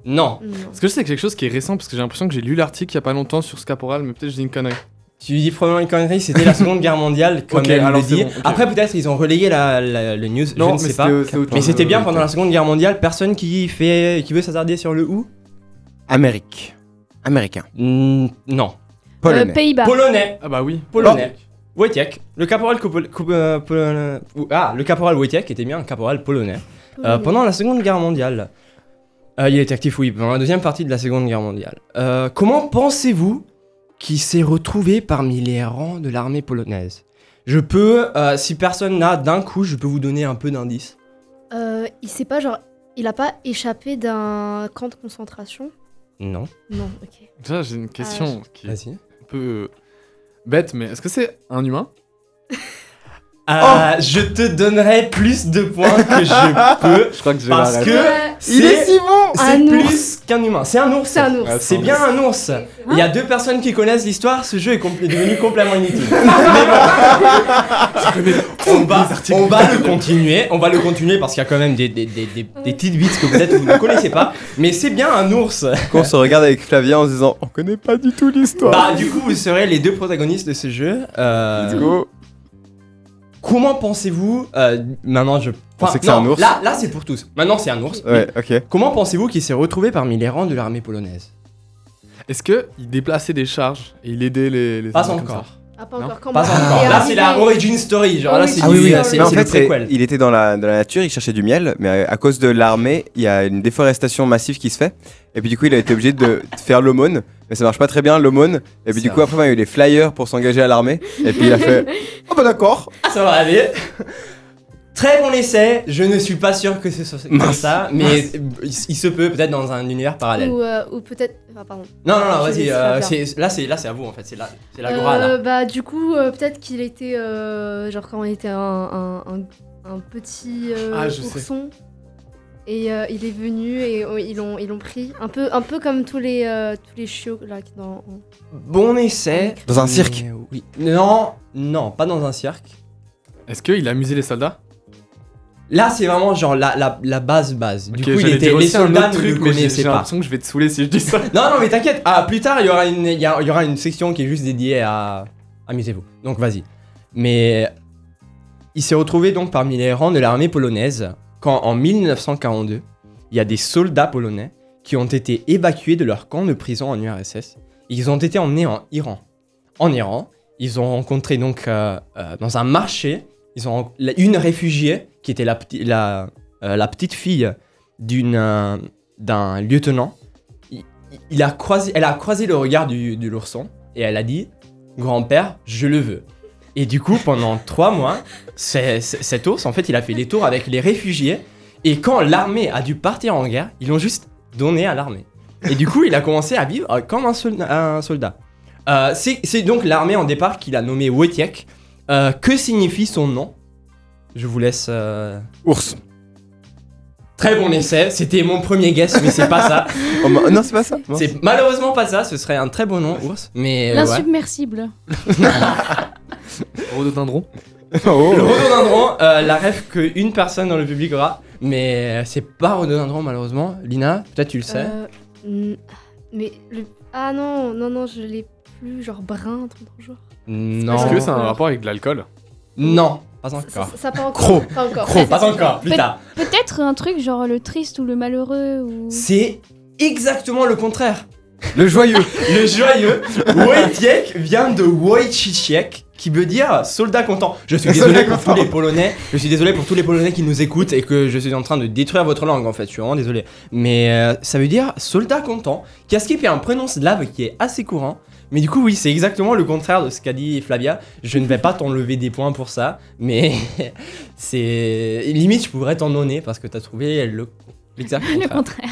C: Non.
E: Non.
F: Est-ce que c'est quelque chose qui est récent Parce que j'ai l'impression que j'ai lu l'article il y a pas longtemps sur ce caporal, mais peut-être je dis une connerie.
C: Tu dis probablement une connerie, c'était la Seconde Guerre mondiale, comme
F: Ok,
C: elle
F: alors
C: le
F: c'est
C: dit.
F: bon, ok.
C: Après, peut-être ils ont relayé la, la- le news,
F: Non,
C: je ne
F: mais
C: sais
F: c'était-
C: pas.
F: euh, c'était autre
C: mais
F: chose.
C: c'était bien
F: Ouais,
C: pendant la Seconde Guerre mondiale, personne qui, fait, qui veut s'attarder sur le où Hmm,
B: Amérique. Américain.
C: non.
D: Euh,
B: Polonais.
C: Polonais.
F: Ah bah oui.
C: Polonais. Wojciech. Le caporal Kopol- Kop- euh, Polonais- ou- Ah, le caporal Wojciech était bien un caporal polonais. Euh,
F: Polonais.
C: pendant la Seconde Guerre mondiale, Euh, il était actif, oui, pendant la deuxième partie de la Seconde Guerre mondiale. Euh, comment pensez-vous qu'il s'est retrouvé parmi les rangs de l'armée polonaise Je peux, euh, si personne n'a d'un coup, je peux vous donner un peu d'indices.
E: Euh, il sait pas, genre, il a pas échappé d'un camp de concentration
C: Non.
E: Non, ok.
F: Déjà, j'ai une question qui est
C: un
F: peu euh, bête, mais est-ce que c'est un humain
C: Euh, Je te donnerai plus de points que je peux.
F: Je crois que je vais
C: Parce
F: la
C: que
F: rêver.
C: c'est-
F: Il est si
E: bon
C: C'est
E: Un
C: plus
E: ours.
C: qu'un humain. C'est un ours. C'est
E: un ours.
C: C'est
F: c'est
C: bien
F: un
C: un ours. Il y a deux personnes qui connaissent l'histoire. Ce jeu est, compl- est devenu complètement inutile. Mais bon. on, va, on va le continuer. On va le continuer parce qu'il y a quand même des, des, des, des, des tidbits que peut-être vous ne connaissez pas. Mais c'est bien un ours.
B: Qu'on se regarde avec Flavien en se disant on connaît pas du tout l'histoire.
C: Bah, du coup, vous serez les deux protagonistes de ce jeu. Euh,
B: Let's go.
C: Comment pensez-vous euh, Maintenant, je.
B: On sait que c'est
C: non,
B: un ours.
C: Là, là c'est pour tous. Maintenant, c'est un ours.
B: Ouais,
C: oui.
B: ok.
C: Comment pensez-vous qu'il s'est retrouvé parmi les rangs de l'armée polonaise
F: Est-ce que il déplaçait des charges et il aidait les. les
C: Pas
F: hommes comme
C: encore.
F: ça
E: Ah, pas encore. Quand
C: Pas
E: on-
C: encore.
E: Et
C: Là, c'est la
E: arrivé-
C: origin story. Genre, là, c'est
B: Ah oui,
C: du-
B: oui,
C: euh, c'est
B: mais en
C: c'est le
B: fait, c'est-
C: préquel.
B: il était dans la, dans la nature, il cherchait du miel, mais à, à cause de l'armée, il y a une déforestation massive qui se fait. Et puis du coup, il a été obligé de faire l'aumône, mais ça marche pas très bien l'aumône. Et puis du
C: Ça
B: coup,
C: va.
B: après, il y a eu les flyers pour s'engager à l'armée. Et puis il a fait Oh bah d'accord
C: Ça va aller. Très bon essai. Je ne suis pas sûr que ce soit comme
B: Mince.
C: ça, mais
B: Mince.
C: il, il se peut peut-être dans un univers parallèle.
E: Ou, euh, ou peut-être. Enfin, pardon.
C: Non, non, non,
E: Je
C: vas-y.
E: vais
C: euh,
E: faire
C: c'est- là, c'est là, c'est à vous en fait. C'est la, c'est la Gora, là.
E: Euh, bah du coup euh, peut-être qu'il était euh, genre quand on était un, un- un- un petit euh,
F: Ah, je sais.
E: ourson et euh, il est venu et euh, ils l'ont ils l'ont pris un peu un peu comme tous les euh, tous les chiots là qui dans euh,
C: Bon essai.
B: Dans un cirque.
C: Mais oui. Non, non, pas dans un cirque.
F: Est-ce qu'il amusait les soldats
C: Là, c'est vraiment genre la, la, la base base. Du
F: Ok,
C: coup, il
F: j'allais
C: était
F: dire
C: les
F: aussi un
C: soldats
F: autre
C: ne
F: truc,
C: le
F: mais j'ai-
C: connaissaient
F: j'ai
C: pas.
F: l'impression que je vais te saouler si je dis ça.
C: Non, non, mais t'inquiète. Ah, plus tard, il y aura une, il y a- il y aura une section qui est juste dédiée à amusez-vous. Donc vas-y. Mais il s'est retrouvé donc parmi les rangs de l'armée polonaise quand en 1942, il y a des soldats polonais qui ont été évacués de leur camp de prison en URSS. Ils ont été emmenés en Iran. En Iran, ils ont rencontré donc euh, euh, dans un marché, ils ont ren- la- une réfugiée qui était la, peti- la, euh, la petite fille d'une euh, d'un lieutenant. Il, il- il a croisé, elle a croisé le regard du, de l'ourson et elle a dit grand-père, je le veux. Et du coup, pendant trois mois, c'est- c'est- cet ours, en fait, il a fait des tours avec les réfugiés. Et quand l'armée a dû partir en guerre, ils l'ont juste donné à l'armée. Et du coup, il a commencé à vivre euh, comme un, sol- un soldat. Euh, c'est c'est donc l'armée en départ qu'il a nommé Wojciech. Euh, que signifie son nom Je vous laisse. euh,
B: Ours.
C: Très bon essai, c'était mon premier guess, mais c'est pas ça.
B: Oh, ma- non, c'est pas ça. Mince.
C: C'est malheureusement pas ça, ce serait un très bon nom, ours. Mais. euh, ouais.
D: L'insubmersible.
F: Rhododendron
B: Oh.
C: Le rhododendron, euh, la rêve qu'une personne dans le public aura, mais euh, c'est pas rhododendron malheureusement. Lina, peut-être tu le sais.
E: Euh, n- mais le ah non non non je l'ai plus genre brun un truc dans le genre
C: Non.
F: Est-ce que ça a un rapport avec de l'alcool
C: Non, pas encore.
E: ça, ça pas encore
C: Croc.
E: pas encore
C: Croc. Pas encore, plus
D: Peut-
C: tard.
D: Peut-être un truc genre le triste ou le malheureux ou.
C: C'est exactement le contraire.
B: Le joyeux.
C: le joyeux. Wojciech vient de Wojciech, qui veut dire soldat content. Je suis désolé pour tous les Polonais. Je suis désolé pour tous les Polonais qui nous écoutent et que je suis en train de détruire votre langue en fait. Je suis vraiment désolé. Mais euh, ça veut dire soldat content. Kaskip est un prénom slave qui est assez courant. Mais du coup, oui, c'est exactement le contraire de ce qu'a dit Flavia. Je ne vais pas t'enlever des points pour ça, mais c'est. Limite, je pourrais t'en donner parce que t'as trouvé le. L'exact
D: Le
C: contraire.
D: contraire.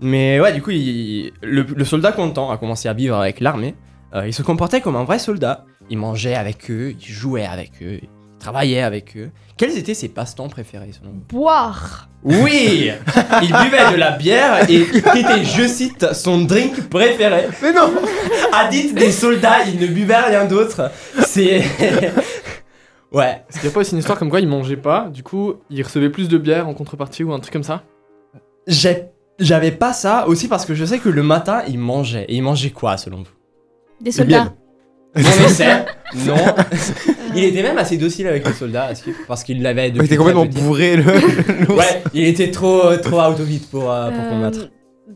C: Mais ouais, du coup, il- le, le soldat content a commencé à vivre avec l'armée. Euh, il se comportait comme un vrai soldat. Il mangeait avec eux, il jouait avec eux, il travaillait avec eux. Quels étaient ses passe-temps préférés selon vous
E: Boire
C: Oui Il buvait de la bière et était, je cite, son drink préféré. Mais non À dites des soldats, il ne buvait rien d'autre. C'est. Ouais.
F: Est-ce qu'il n'y a pas aussi une histoire comme quoi il mangeait pas, du coup il recevait plus de bière en contrepartie ou un truc comme ça
C: J'ai- J'avais pas ça aussi parce que je sais que le matin, il mangeait. Et il mangeait quoi selon vous
D: Des soldats.
C: Non, mais c'est. Non. il était même assez docile avec les soldats est-ce que- parce qu'il l'avait depuis
B: Il était
C: très
B: complètement
C: petit.
B: bourré, le.
C: Ouais, il était trop, trop out of it pour, euh, pour
E: Euh,
C: combattre.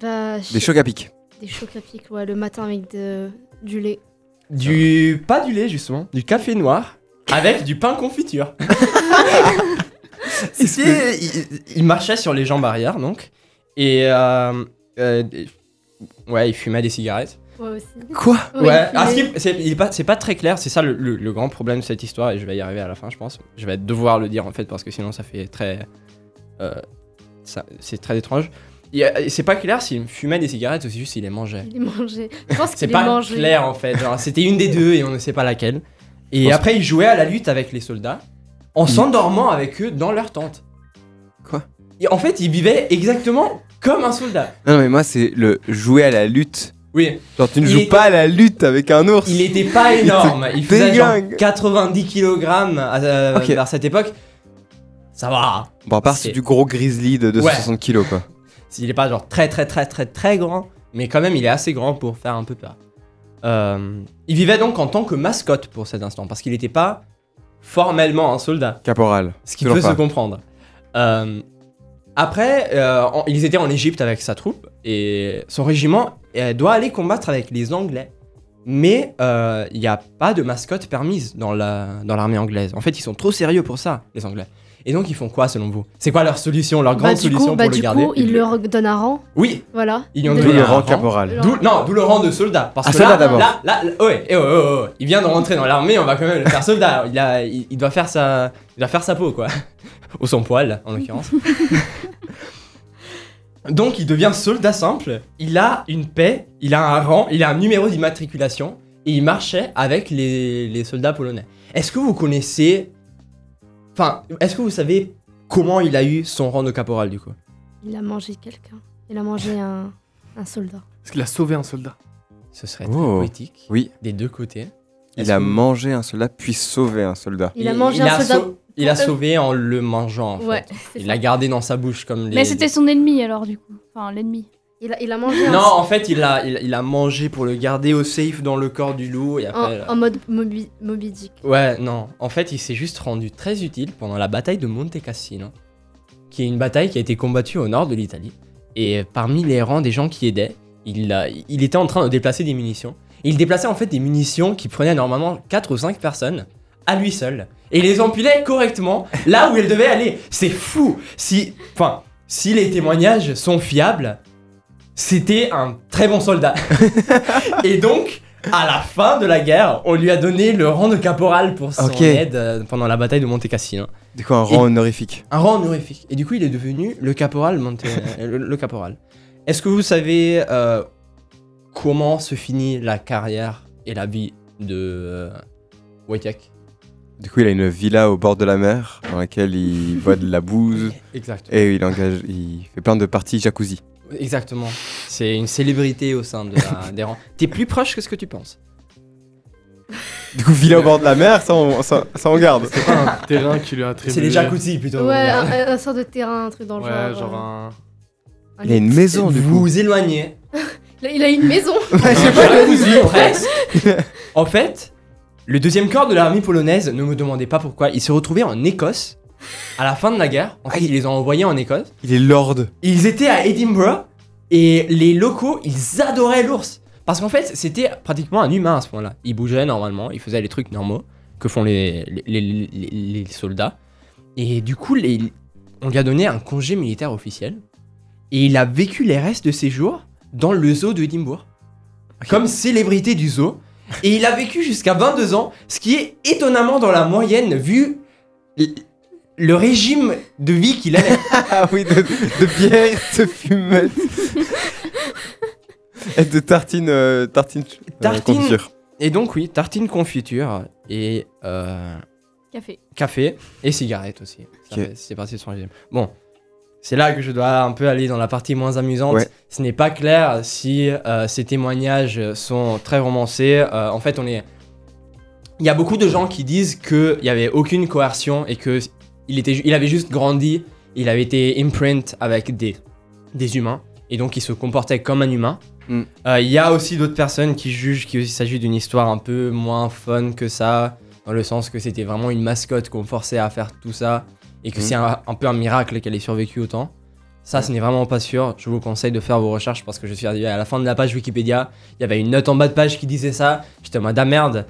E: bah, je-
B: Des chocs à pic.
E: Des chocs à pic, ouais, le matin avec de- du lait.
C: Du. Pas du lait, justement. Du café noir avec du pain confiture. C'était- il, il marchait sur les jambes arrière, donc. Et. euh, euh, ouais, il fumait des cigarettes.
E: Ouais, aussi.
C: Quoi
E: Oui,
C: Ouais.
E: il
C: Ah, ce
E: fumait.
C: qui- c'est il est pas, c'est pas très clair, c'est ça le, le- le grand problème de cette histoire, et je vais y arriver à la fin, je pense. Je vais devoir le dire en fait, parce que sinon ça fait très. euh, ça- c'est très étrange. Il y a- et C'est pas clair s'il fumait des cigarettes ou c'est juste s'il les mangeait.
E: Il les mangeait. Je pense
C: C'est
E: qu'il les
C: pas
E: mangeait.
C: clair en fait, genre, c'était une des deux et on ne sait pas laquelle. Et après, il jouait à la lutte avec les soldats en s'endormant avec eux dans leur tente.
B: Quoi
C: Et En fait, il vivait exactement comme un soldat.
B: Non, non, mais moi, c'est le jouer à la lutte.
C: Oui.
B: Genre, tu ne
C: Il
B: joues
C: était-
B: pas à la lutte avec un ours.
C: Il était pas
B: te
C: énorme, il faisait genre
B: déglingue.
C: 90 kg à, euh,
B: Ok.
C: vers cette époque. Ça va.
B: Bon, à part
C: C'est-
B: c'est du gros grizzly de 260 kilos, quoi.
C: S'il est pas genre très très très très très grand, mais quand même il est assez grand pour faire un peu peur. Euh, il vivait donc en tant que mascotte pour cet instant, parce qu'il n'était pas formellement un soldat.
B: Caporal.
C: Ce qui
B: Toujours
C: peut
B: pas.
C: se comprendre. Euh, après, euh, en- ils étaient en Égypte avec sa troupe, et son régiment euh, doit aller combattre avec les Anglais. Mais euh, il n'y a pas de mascotte permise dans la- dans l'armée anglaise. En fait, ils sont trop sérieux pour ça, les Anglais. Et donc, ils font quoi selon vous C'est quoi leur solution, leur grande
E: bah, du
C: solution
E: coup,
C: pour
E: bah,
C: le
E: du
C: garder
E: coup, il leur donne un rang.
C: Oui,
E: Voilà.
C: ils lui ont
E: De-
C: donné
B: le
C: un
B: rang caporal.
C: D'où- non, d'où le rang de soldat. Parce
B: Ah,
C: que
B: soldat
C: là,
B: d'abord.
C: Là, là, là- ouais, eh, oh, oh, oh, oh, il vient de rentrer dans l'armée, on va quand même le faire soldat. Il, a, il, il doit faire sa, il doit faire sa peau, quoi. Ou son poil, en l'occurrence. Donc, il devient soldat simple. Il a une paix, il a un rang, il a un numéro d'immatriculation. Et il marchait avec les, les soldats polonais. Est-ce que vous connaissez. Enfin, est-ce que vous savez comment il a eu son rang de caporal, du coup
E: Il a mangé quelqu'un. Il a mangé un, un soldat.
F: Est-ce qu'il a sauvé un soldat
C: Ce serait
B: Oh.
C: très poétique.
B: Oui.
C: Des deux côtés.
B: Il
C: Est-ce
B: a
C: que-
B: mangé un soldat, puis sauvé un soldat.
E: Il a mangé un soldat.
C: sau- il a sauvé en le mangeant. en fait.
E: Ouais, c'est
C: Il
E: ça.
C: l'a gardé dans sa bouche comme les.
D: Mais c'était son ennemi alors du coup. Enfin l'ennemi.
E: Il a, il a mangé un-
C: Non, en fait, il a, il, il a mangé pour le garder au safe dans le corps du loup et après.
E: en, en mode Moby, Moby Dick.
C: Ouais, non. En fait, il s'est juste rendu très utile pendant la bataille de Monte Cassino, qui est une bataille qui a été combattue au nord de l'Italie. Et parmi les rangs des gens qui aidaient, il, a- il était en train de déplacer des munitions. Et il déplaçait en fait des munitions qui prenaient normalement 4 ou 5 personnes à lui seul. Et il les empilait correctement là où elles devaient aller. C'est fou Si, enfin, si les témoignages sont fiables, c'était un très bon soldat. Et donc, à la fin de la guerre, on lui a donné le rang de caporal pour son
B: Ok.
C: aide euh, pendant la bataille de Monte Cassino.
B: Du coup, un
C: Et-
B: rang honorifique.
C: Un rang honorifique. Et du coup, il est devenu le caporal. Monte- euh, le, le caporal. Est-ce que vous savez euh, comment se finit la carrière et la vie de euh, Wojtek
B: Du coup, il a une villa au bord de la mer dans laquelle il boit de la bouse
C: Exactement.
B: et il engage, il fait plein de parties jacuzzi.
C: Exactement. C'est une célébrité au sein de la- des rangs. T'es plus proche que ce que tu penses.
B: Du coup, villa au bord de la mer, ça on, ça, ça on garde.
F: C'est pas un terrain qui lui a attribué.
C: C'est les jacuzzi plutôt.
E: Ouais, un, un- un sort de terrain, un truc dans le
F: Ouais,
E: genre.
F: genre un.
E: euh, un
B: Il a une
E: lit.
B: maison du
C: vous
B: coup.
C: vous éloignez.
E: Il a- il a une maison.
B: Ouais, je sais pas,
C: Jacuzzi, presque. En fait, le deuxième corps de l'armée polonaise, ne me demandez pas pourquoi, il s'est retrouvé en Écosse à la fin de la guerre. En fait, ils les ont envoyés en Écosse.
B: Il est lord.
C: Ils étaient à Edinburgh et les locaux, ils adoraient l'ours. Parce qu'en fait, c'était pratiquement un humain à ce point-là. Il bougeait normalement, il faisait les trucs normaux que font les, les, les- les- les soldats. Et du coup, les- on lui a donné un congé militaire officiel. Et il a vécu les restes de ses jours dans le zoo de Edimbourg. Comme célébrité du zoo. Et il a vécu jusqu'à 22 ans, ce qui est étonnamment dans la moyenne vu l- le régime de vie qu'il avait.
B: Ah oui, de, de bière, de fumette. Et de tartine, euh, tartine, euh,
C: Tartine.
B: confiture.
C: Et donc oui, tartine confiture. Et euh,
D: Café.
C: Café et cigarette aussi. Ça
B: Ok.
C: fait- C'est parti sur un deuxième. Bon, c'est là que je dois un peu aller dans la partie moins amusante.
B: Ouais.
C: Ce n'est pas clair si euh, ces témoignages sont très romancés. Euh, en fait, on est. Il y a beaucoup de gens qui disent qu'il n'y avait aucune coercion et que il était, ju- il avait juste grandi. Il avait été imprint avec des des humains et donc il se comportait comme un humain.
B: Mm.
C: Euh, Il y a aussi d'autres personnes qui jugent qu'il s'agit d'une histoire un peu moins fun que ça, dans le sens que c'était vraiment une mascotte qu'on forçait à faire tout ça et que
B: Mm.
C: c'est un, un peu un miracle qu'elle ait survécu autant. Ça, ce n'est vraiment pas sûr. Je vous conseille de faire vos recherches parce que je suis arrivé à la fin de la page Wikipédia. Il y avait une note en bas de page qui disait ça. J'étais en mode ah merde.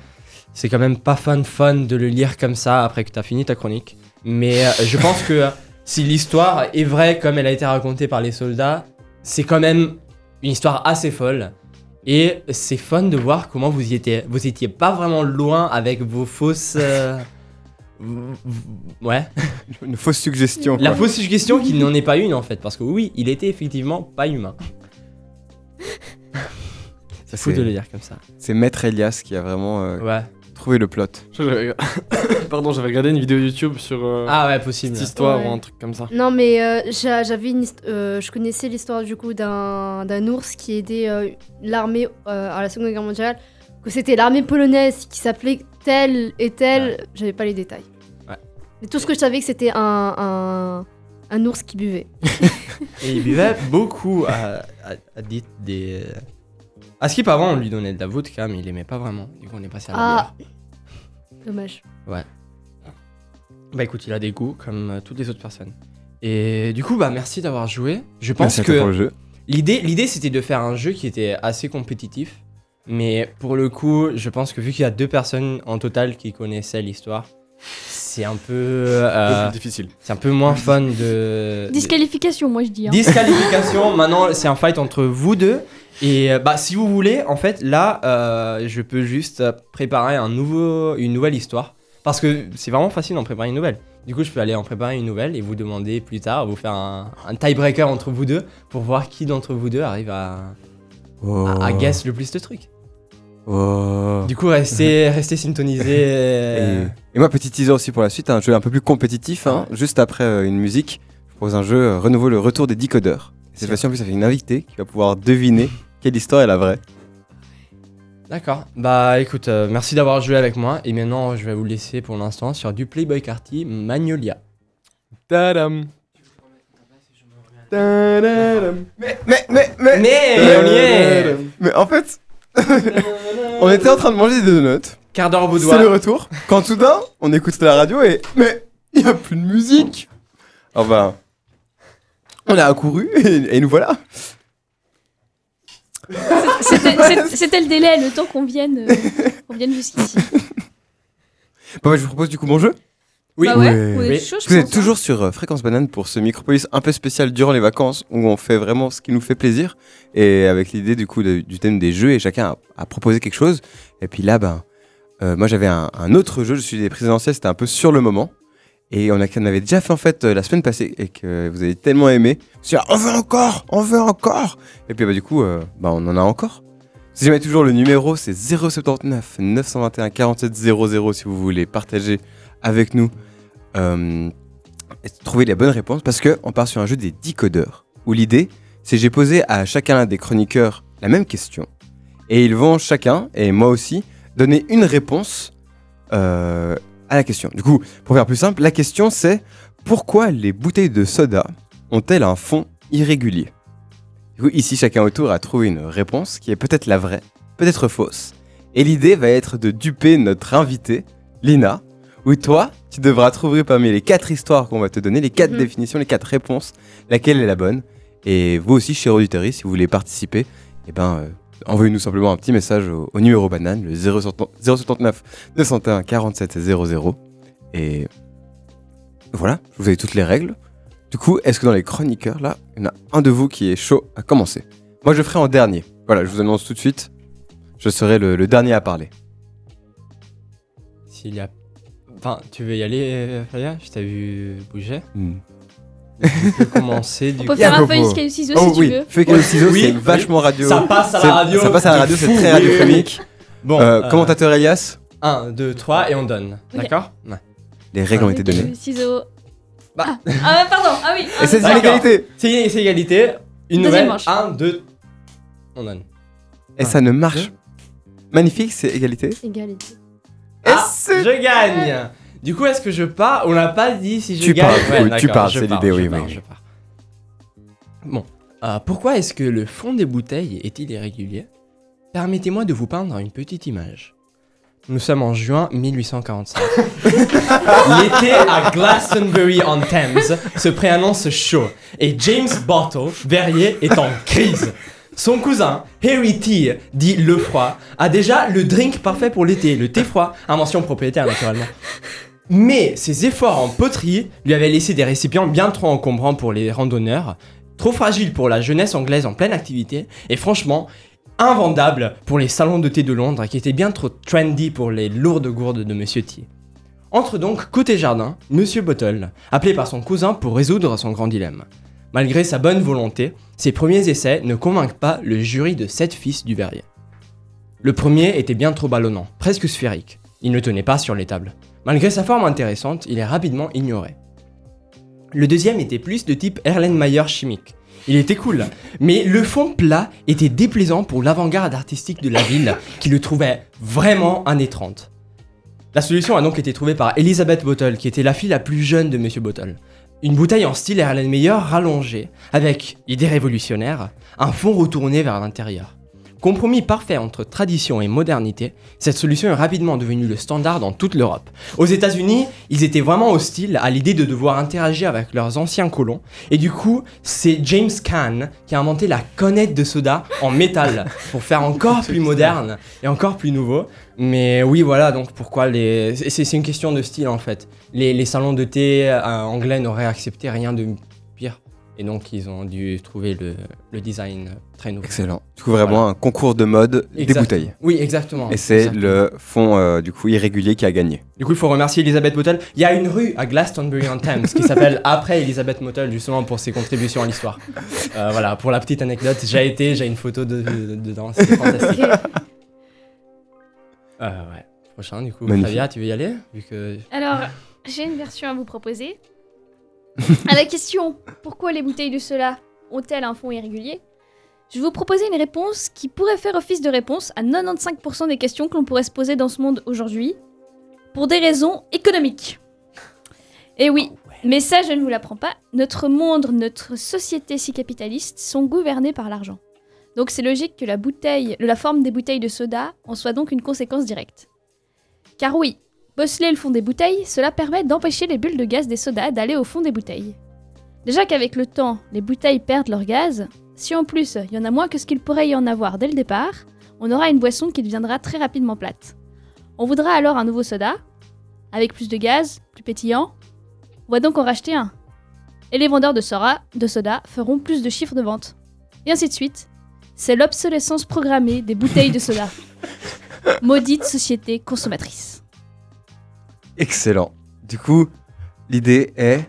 C: C'est quand même pas fun fun de le lire comme ça après que t'as fini ta chronique. Mais euh, je pense que si l'histoire est vraie comme elle a été racontée par les soldats, c'est quand même une histoire assez folle. Et c'est fun de voir comment vous y étiez. Vous étiez pas vraiment loin avec vos fausses. euh, v- v- ouais.
B: Une fausse suggestion.
C: La
B: quoi.
C: fausse suggestion qu'il n'en est pas une en fait, parce que oui, il était effectivement pas humain.
B: Ça,
C: fou de le dire comme ça.
B: C'est Maître Elias qui a vraiment euh,
C: Ouais.
B: trouvé le plot.
F: Je- j'avais- Pardon, j'avais regardé une vidéo YouTube sur euh,
C: Ah ouais, possible.
F: cette histoire
E: Ouais.
F: ou un truc comme ça.
E: Non, mais euh, j'a- j'avais une hist- euh, je connaissais l'histoire du coup d'un d'un ours qui aidait euh, l'armée euh, à la Seconde Guerre mondiale. Que c'était l'armée polonaise qui s'appelait telle et telle. J'avais pas les détails.
C: Ouais.
E: Mais tout ce que je savais, que c'était un, un, un ours qui buvait.
C: Et il buvait beaucoup à, à, à dit- des. euh, À Skip avant, on lui donnait de la vodka, mais il aimait pas vraiment. Du coup, on est passé à la bière.
E: Ah, dommage.
C: Ouais. Bah écoute, il a des goûts comme euh, toutes les autres personnes. Et du coup, bah merci d'avoir joué. Je pense
B: Merci à toi
C: que
B: pour le jeu.
C: l'idée, l'idée, c'était de faire un jeu qui était assez compétitif. Mais pour le coup, je pense que vu qu'il y a deux personnes en total qui connaissaient l'histoire, c'est un peu euh,
F: plus difficile.
C: C'est un peu moins fun de.
D: Disqualification, moi je dis. hein.
C: Disqualification, maintenant c'est un fight entre vous deux. Et euh, bah si vous voulez, en fait là, euh, je peux juste euh, préparer un nouveau, une nouvelle histoire. Parce que c'est vraiment facile d'en préparer une nouvelle. Du coup, je peux aller en préparer une nouvelle et vous demander plus tard, vous faire un, un tiebreaker entre vous deux pour voir qui d'entre vous deux arrive à, à, à guess le plus de trucs.
B: Oh.
C: Du coup, restez, restez synthonisés. euh,
B: Et, et moi, petit teaser aussi pour la suite, hein, un jeu un peu plus compétitif, hein, juste après euh, une musique, je propose un jeu, euh, Renouveau le retour des décodeurs. Et Cette fois-ci, en plus, ça fait une invitée qui va pouvoir deviner quelle histoire est la vraie.
C: D'accord. Bah écoute, euh, merci d'avoir joué avec moi. Et maintenant, je vais vous laisser pour l'instant sur du Playboy Carty Magnolia.
F: Tadam. Tadam.
B: Mais, mais, mais, mais, Euh,
C: Mais on y est
B: mais en fait, on était en train de manger des donuts.
C: Quart d'heure
B: C'est le
C: vaudois.
B: retour. Quand soudain, on écoute la radio et mais il y a plus de musique. Alors bah, on a accouru et, et nous voilà.
D: C'était- c'est- C'était le délai, le temps qu'on vienne, euh, qu'on vienne jusqu'ici.
B: Bon, bah, je vous propose du coup mon jeu.
C: Oui.
D: Bah ouais,
B: Oui.
D: vous êtes
C: Oui.
D: chaud, je
B: Vous êtes
D: pense, hein.
B: toujours sur euh, Fréquence Banane pour ce Micropolis un peu spécial durant les vacances où on fait vraiment ce qui nous fait plaisir et avec l'idée du coup de- du thème des jeux et chacun a, a proposé quelque chose. Et puis là, ben, euh, moi j'avais un, un autre jeu, je suis des présidentielles, c'était un peu sur le moment. Et on, a, on avait déjà fait en fait euh, la semaine passée et que vous avez tellement aimé. Je me suis dit, on veut encore, on veut encore. Et puis bah, du coup, euh, bah, on en a encore. Si jamais toujours le numéro, c'est 079 921 47 00 si vous voulez partager avec nous euh, et trouver les bonnes réponses parce que on part sur un jeu des 10 codeurs où l'idée c'est j'ai posé à chacun des chroniqueurs la même question et ils vont chacun et moi aussi donner une réponse euh, à la question. Du coup, pour faire plus simple, la question c'est pourquoi les bouteilles de soda ont-elles un fond irrégulier Du coup, ici chacun autour a trouvé une réponse qui est peut-être la vraie, peut-être fausse. Et l'idée va être de duper notre invité, Lina, où toi, tu devras trouver parmi les quatre histoires qu'on va te donner, les quatre
E: Mhm.
B: définitions, les quatre réponses, laquelle est la bonne. Et vous aussi, chers auditeurs, si vous voulez participer, eh ben, euh, envoyez-nous simplement un petit message au, au numéro banane, le 079 201 47 00. Et voilà, je vous avez toutes les règles. Du coup, est-ce que dans les chroniqueurs, là, il y en a un de vous qui est chaud à commencer Moi, je ferai en dernier. Voilà, je vous annonce tout de suite, je serai le, le dernier à parler.
C: S'il y a. Enfin, tu veux y aller, euh, Fabien Je t'ai vu bouger. Tu peux commencer du
D: On peut
C: coup.
D: faire un peu
B: Jacopo.
D: escape ciseaux
B: Oh
D: si
B: oui,
D: tu veux.
B: fais le ciseau,
C: Oui,
B: c'est
C: oui.
B: vachement radio.
C: Ça passe à la
B: C'est-
C: radio.
B: Ça passe à la
C: de
B: radio, c'est
C: fou,
B: très
C: oui, oui, oui.
B: radiophonique.
C: Bon, euh,
B: Euh, Commentateur Elias
C: 1, 2, 3 et on donne.
D: Ok.
C: D'accord Ouais.
B: Les règles ont été données.
D: Ciseaux. Ah, ah, pardon, ah oui. ah
B: Et
D: oui.
B: c'est une égalité.
C: C'est c'est égalité. Une
D: Deuxième
C: nouvelle.
D: manche.
C: Un, deux. On donne.
B: Et ça ne marche. Magnifique, c'est égalité.
D: Égalité.
C: Ah, je gagne. Du coup, est-ce que je pars On n'a pas dit si je
B: Tu
C: gagne.
B: parles,
C: Ouais,
B: oui, tu
C: d'accord,
B: parles,
C: je
B: c'est
C: pars,
B: l'idée,
C: je
B: oui,
C: pars,
B: oui.
C: je pars. Bon, euh, pourquoi est-ce que le fond des bouteilles est-il irrégulier Permettez-moi de vous peindre une petite image. Nous sommes en juin 1845. L'été à Glastonbury on Thames se préannonce chaud et James Bottle, verrier, est en crise. Son cousin, Harry T, dit le froid, a déjà le drink parfait pour l'été, le thé froid, invention propriétaire naturellement. Mais ses efforts en poterie lui avaient laissé des récipients bien trop encombrants pour les randonneurs, trop fragiles pour la jeunesse anglaise en pleine activité, et franchement, invendables pour les salons de thé de Londres qui étaient bien trop trendy pour les lourdes gourdes de Monsieur T. Entre donc côté jardin, Monsieur Bottle, appelé par son cousin pour résoudre son grand dilemme. Malgré sa bonne volonté, ses premiers essais ne convainquent pas le jury de sept fils du verrier. Le premier était bien trop ballonnant, presque sphérique. Il ne tenait pas sur les tables. Malgré sa forme intéressante, il est rapidement ignoré. Le deuxième était plus de type Erlenmeyer chimique. Il était cool, mais le fond plat était déplaisant pour l'avant-garde artistique de la ville, qui le trouvait vraiment années 30. La solution a donc été trouvée par Elizabeth Bottle, qui était la fille la plus jeune de Monsieur Bottle. Une bouteille en style Erlenmeyer rallongée, avec, idée révolutionnaire, un fond retourné vers l'intérieur. Compromis parfait entre tradition et modernité, cette solution est rapidement devenue le standard dans toute l'Europe. Aux États-Unis, ils étaient vraiment hostiles à l'idée de devoir interagir avec leurs anciens colons, et du coup, c'est James Caan qui a inventé la canette de soda en métal pour faire encore plus moderne et encore plus nouveau. Mais oui, voilà donc pourquoi les. c'est- C'est c'est une question de style en fait. Les, les salons de thé euh, anglais n'auraient accepté rien de pire, et donc ils ont dû trouver le, le design très nouveau.
B: Excellent. Du coup, vraiment un concours de mode des
C: Exactement.
B: bouteilles.
C: Oui, exactement.
B: Et c'est
C: Exactement.
B: le fond euh, du coup irrégulier qui a gagné.
C: Du coup, il faut remercier Elisabeth Motel. Il y a une rue à Glastonbury-on-Thames qui s'appelle après Elisabeth Motel, justement pour ses contributions à l'histoire. Euh, voilà, pour la petite anecdote, j'ai été, j'ai une photo de, de- dedans, c'est fantastique. Euh, ouais. Prochain, du coup,
B: Magnifique.
C: Flavia, tu veux y aller Vu que.
D: Alors, j'ai une version à vous proposer. à la question pourquoi les bouteilles de cela ont-elles un fond irrégulier Je vais vous proposer une réponse qui pourrait faire office de réponse à 95% des questions que l'on pourrait se poser dans ce monde aujourd'hui, pour des raisons économiques. Et oui, mais ça je ne vous l'apprends pas, notre monde, notre société si capitaliste sont gouvernés par l'argent. Donc c'est logique que la bouteille, la forme des bouteilles de soda en soit donc une conséquence directe. Car oui, Bosseler le fond des bouteilles, cela permet d'empêcher les bulles de gaz des sodas d'aller au fond des bouteilles. Déjà qu'avec le temps, les bouteilles perdent leur gaz, si en plus il y en a moins que ce qu'il pourrait y en avoir dès le départ, on aura une boisson qui deviendra très rapidement plate. On voudra alors un nouveau soda, avec plus de gaz, plus pétillant. On va donc en racheter un. Et les vendeurs de, sora- de soda feront plus de chiffres de vente. Et ainsi de suite. C'est l'obsolescence programmée des bouteilles de soda. Maudite société consommatrice.
B: Excellent. Du coup, l'idée est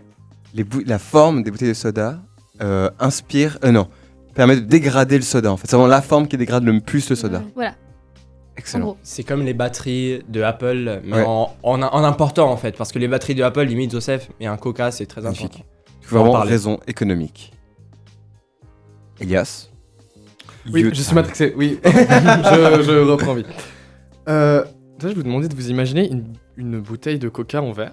B: les bou- la forme des bouteilles de soda euh, inspire, euh, non, permet de dégrader le soda. En fait, c'est vraiment la forme qui dégrade le plus le soda.
D: Voilà.
B: Excellent.
D: En gros.
C: C'est comme les batteries de Apple, mais
B: Ouais.
C: en, en- en important en fait, parce que les batteries de Apple, limite Joseph, et un coca, c'est très important.
B: Magnifique. Tu
C: On va en
B: vraiment
C: parler.
B: raison économique. Elias.
F: Oui,
B: you
F: je suis
B: time.
F: matrixé, oui. je, je reprends vite. Euh, là, je vous demandais de vous imaginer une, une bouteille de coca en verre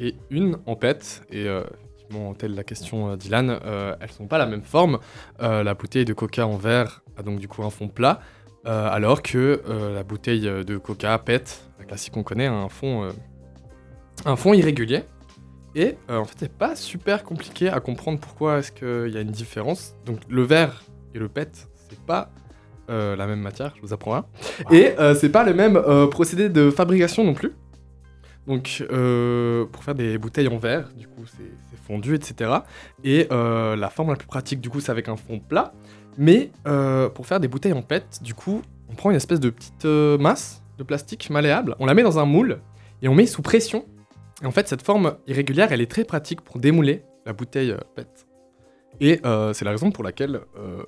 F: et une en pète. Et euh, effectivement, telle la question euh, Dylan, euh, elles sont pas la même forme. Euh, la bouteille de coca en verre a donc du coup un fond plat, euh, alors que euh, la bouteille euh, de coca pète, la classique qu'on connaît, a un fond, euh, un fond irrégulier. Et euh, en fait, c'est pas super compliqué à comprendre pourquoi est-ce qu'il y a une différence. Donc le verre et le PET, c'est pas euh, la même matière, je vous apprends rien. Et euh, c'est pas le même euh, procédé de fabrication non plus. Donc euh, pour faire des bouteilles en verre, du coup c'est c'est fondu, etc. Et euh, la forme la plus pratique, du coup, c'est avec un fond plat. Mais euh, pour faire des bouteilles en PET, du coup, on prend une espèce de petite euh, masse de plastique malléable, on la met dans un moule et on met sous pression. Et en fait, cette forme irrégulière, elle est très pratique pour démouler la bouteille euh, PET. Et euh, c'est la raison pour laquelle euh,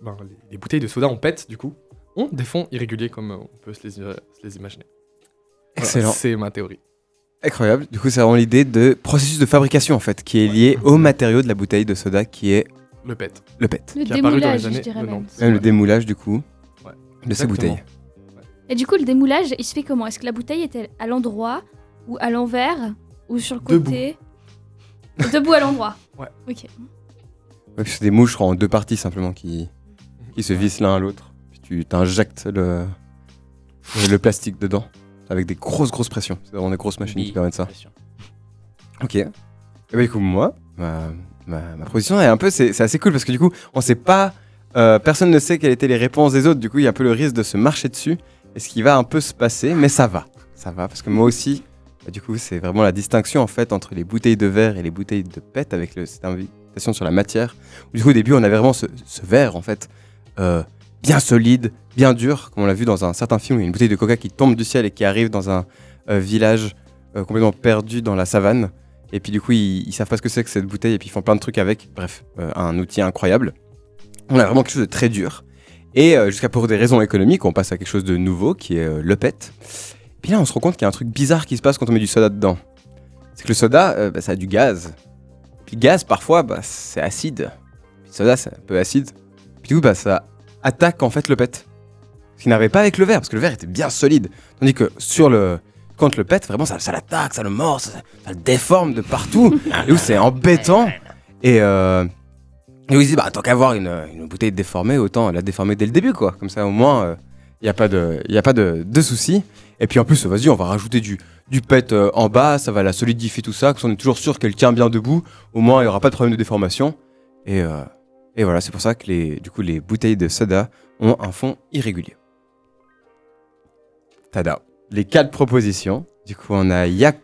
F: ben, les, les bouteilles de soda en PET, du coup, ont des fonds irréguliers comme euh, on peut se les, euh, se les imaginer. Voilà,
B: Excellent.
F: c'est ma théorie.
B: Incroyable. Du coup, c'est vraiment l'idée de processus de fabrication en fait, qui est lié au matériau de la bouteille de soda qui est
F: Le PET.
B: Le PET.
D: Le Qui est apparu dans démoulage, les années- je dirais euh, non. même.
B: Ouais, le démoulage du coup de ces
F: Exactement.
B: bouteilles.
D: Et du coup, le démoulage, il se fait comment Est-ce que la bouteille est à l'endroit ou à l'envers ou sur le côté Debout, à l'endroit.
F: Ouais.
D: Ok.
B: Ouais, puis c'est des mouches, je crois, en deux parties simplement qui, qui se vissent l'un à l'autre. Puis tu t'injectes le, le plastique dedans avec des grosses, grosses pressions. C'est vraiment des grosses machines qui permettent ça. Ok. Et bah, du coup, moi, ma, ma- ma proposition est un peu, c'est c'est assez cool parce que du coup, on sait pas, euh, personne ne sait quelles étaient les réponses des autres. Du coup, il y a un peu le risque de se marcher dessus et ce qui va un peu se passer, mais ça va. Ça va parce que moi aussi, bah, du coup, c'est vraiment la distinction en fait entre les bouteilles de verre et les bouteilles de PET avec le, cette invitation sur la matière. Du coup, au début, on avait vraiment ce, ce verre en fait, euh, bien solide, bien dur, comme on l'a vu dans un certain film où il y a une bouteille de coca qui tombe du ciel et qui arrive dans un euh, village euh, complètement perdu dans la savane. Et puis du coup, ils, ils savent pas ce que c'est que cette bouteille et puis ils font plein de trucs avec. Bref, euh, un outil incroyable. On a vraiment quelque chose de très dur. Et euh, jusqu'à pour des raisons économiques, on passe à quelque chose de nouveau qui est euh, le PET. Et puis là, on se rend compte qu'il y a un truc bizarre qui se passe quand on met du soda dedans. C'est que le soda, euh, bah, ça a du gaz. Puis le gaz, parfois, bah, c'est acide. Puis le soda, c'est un peu acide. Puis du coup, bah, ça attaque en fait le PET. Ce qui n'arrivait pas avec le verre, parce que le verre était bien solide. Tandis que sur le. Quand le pète, vraiment, ça, ça l'attaque, ça le mord, ça, ça le déforme de partout. et où c'est embêtant. Et. Euh, et où ils disent, bah, tant qu'avoir une, une bouteille déformée, autant la déformer dès le début, quoi. Comme ça, au moins, il n'y a pas de, y a pas de, de soucis. Et puis en plus, vas-y, on va rajouter du, du PET euh, en bas, ça va la solidifier, tout ça. Comme ça, on est toujours sûr qu'elle tient bien debout. Au moins, il n'y aura pas de problème de déformation. Et, euh, et voilà, c'est pour ça que les, du coup, les bouteilles de soda ont un fond irrégulier. Tada. Les quatre propositions. Du coup, on a Yak.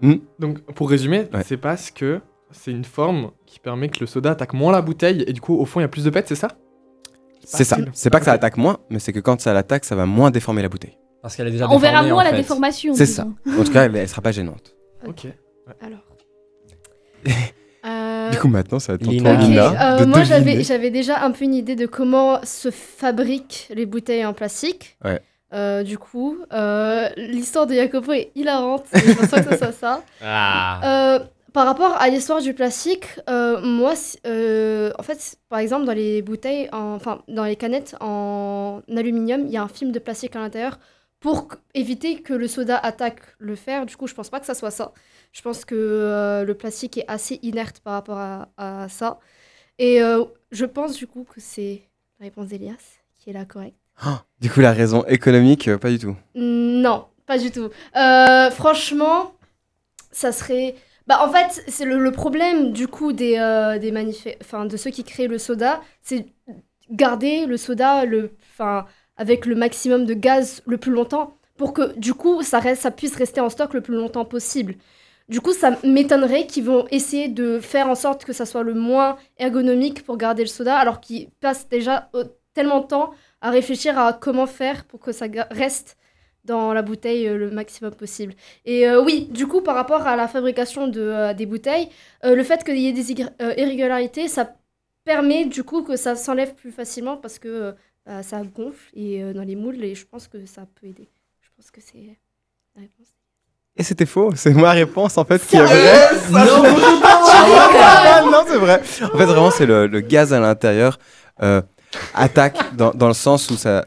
B: Hmm
F: Donc, pour résumer,
B: Ouais.
F: c'est parce que c'est une forme qui permet que le soda attaque moins la bouteille et du coup, au fond, il y a plus de pète, c'est ça
B: C'est ça.
F: facile.
B: C'est pas que ça attaque moins, mais c'est que quand ça l'attaque, ça va moins déformer la bouteille.
C: Parce qu'elle est déjà
D: On verra
C: déformée,
D: moins
C: en
D: la
C: fait.
D: déformation.
B: C'est ça.
D: disons.
B: En tout cas, elle, elle sera pas gênante.
F: Ok.
E: Alors. Euh,
B: Du coup, maintenant, ça va
E: Ok, euh, moi j'avais j'avais déjà un peu une idée de comment se fabriquent les bouteilles en plastique.
B: Ouais.
E: Euh, du coup, euh, l'histoire de Jacopo est hilarante. et Je pense pas que ça soit ça.
C: Ah.
E: Euh, par rapport à l'histoire du plastique, euh, moi, c- euh, en fait, par exemple, dans les bouteilles, en- enfin, dans les canettes en aluminium, il y a un film de plastique à l'intérieur pour qu- éviter que le soda attaque le fer. Du coup, je pense pas que ça soit ça. Je pense que euh, le plastique est assez inerte par rapport à, à ça. Et euh, je pense du coup que c'est la réponse d'Elias qui est la correcte.
B: Du coup, la raison économique, euh, pas du tout.
E: Non, pas du tout. Euh, franchement, ça serait. Bah, en fait, c'est le, le problème du coup des, euh, des manif- enfin, de ceux qui créent le soda, c'est garder le soda le, enfin, avec le maximum de gaz le plus longtemps pour que du coup ça, reste, ça puisse rester en stock le plus longtemps possible. Du coup, ça m'étonnerait qu'ils vont essayer de faire en sorte que ça soit le moins ergonomique pour garder le soda, alors qu'ils passent déjà euh, tellement de temps à réfléchir à comment faire pour que ça ga- reste dans la bouteille euh, le maximum possible. Et euh, oui, du coup, par rapport à la fabrication de, euh, des bouteilles, euh, le fait qu'il y ait des igr- euh, irrégularités, ça permet du coup que ça s'enlève plus facilement parce que euh, bah, ça gonfle et euh, dans les moules, et je pense que ça peut aider. Je pense que c'est la réponse.
B: Et c'était faux, c'est ma réponse en fait qui est
E: Sérieux
B: vraie.
E: Ça, je me doute pas.
B: Ah, non, c'est vrai. En fait, vraiment, c'est le, le gaz à l'intérieur euh, attaque dans, dans le sens où ça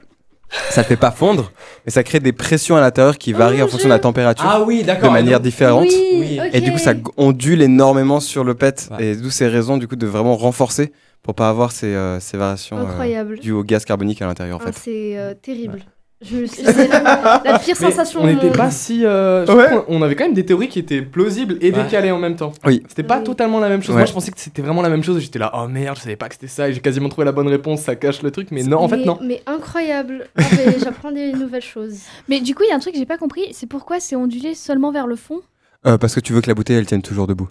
B: ça fait pas fondre, mais ça crée des pressions à l'intérieur qui varient en fonction de la température
C: Oh Ah oui, d'accord,
B: de manière
C: donc-
B: différente.
C: Oui, Oui.
B: Et du
C: ok.
B: coup, ça g- ondule énormément sur le PET et d'où ces raisons du coup de vraiment renforcer pour pas avoir ces, euh, ces variations euh,
E: Incroyable.
B: dues au gaz carbonique à l'intérieur en
E: Ah,
B: fait.
E: c'est euh, terrible. Je me suis- c'est la, la pire
F: Mais
E: sensation
F: On
E: du
F: n'était
E: monde.
F: pas si. euh, je crois qu'on- on avait quand même des théories qui étaient plausibles et
C: Ouais.
F: décalées en même temps.
B: Oui.
F: C'était pas totalement la même chose.
B: Ouais.
F: Moi, je pensais que c'était vraiment la même chose. et J'étais là, oh merde, je savais pas que c'était ça. Et j'ai quasiment trouvé la bonne réponse. Ça cache le truc, mais non, en fait,
E: mais,
F: non.
E: Mais incroyable. Ah, mais J'apprends des nouvelles choses.
D: Mais du coup, il y a un truc que j'ai pas compris, c'est pourquoi c'est ondulé seulement vers le fond
B: Euh, parce que tu veux que la bouteille elle tienne toujours debout.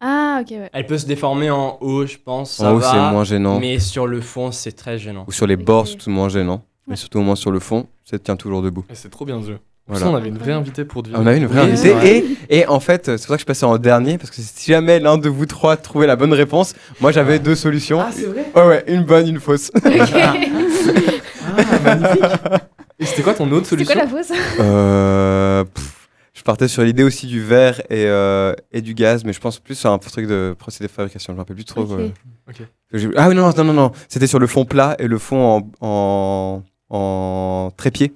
D: Ah, ok, ouais.
C: Elle peut se déformer en haut, je pense.
B: En
C: ça
B: haut,
C: va,
B: c'est moins gênant.
C: Mais sur le fond, c'est très gênant.
B: Ou sur les bords, c'est tout moins gênant. Mais surtout au moins sur le fond, ça tient toujours debout.
F: Et C'est trop bien, jeu.
B: Voilà.
F: on avait une vraie invitée pour deviner.
B: On avait une vraie
F: Oui,
B: invitée.
F: c'est vrai.
B: Et, et en fait, euh, c'est pour ça que je passais en dernier, parce que si jamais l'un de vous trois trouvait la bonne réponse, moi j'avais deux solutions. Ah,
F: c'est vrai
B: Ouais, ouais, une bonne, une fausse.
F: Et c'était quoi ton autre
D: C'est
F: solution
D: quoi la fausse
B: Euh, pff, je Je partais sur l'idée aussi du verre et, euh, et du gaz, mais je pense plus à un truc de procédé de fabrication. Je me rappelle plus trop.
F: Ok.
B: euh,
F: Ok.
B: que j'ai- Ah oui, non, non, non, non. C'était sur le fond plat et le fond en, en, en trépied,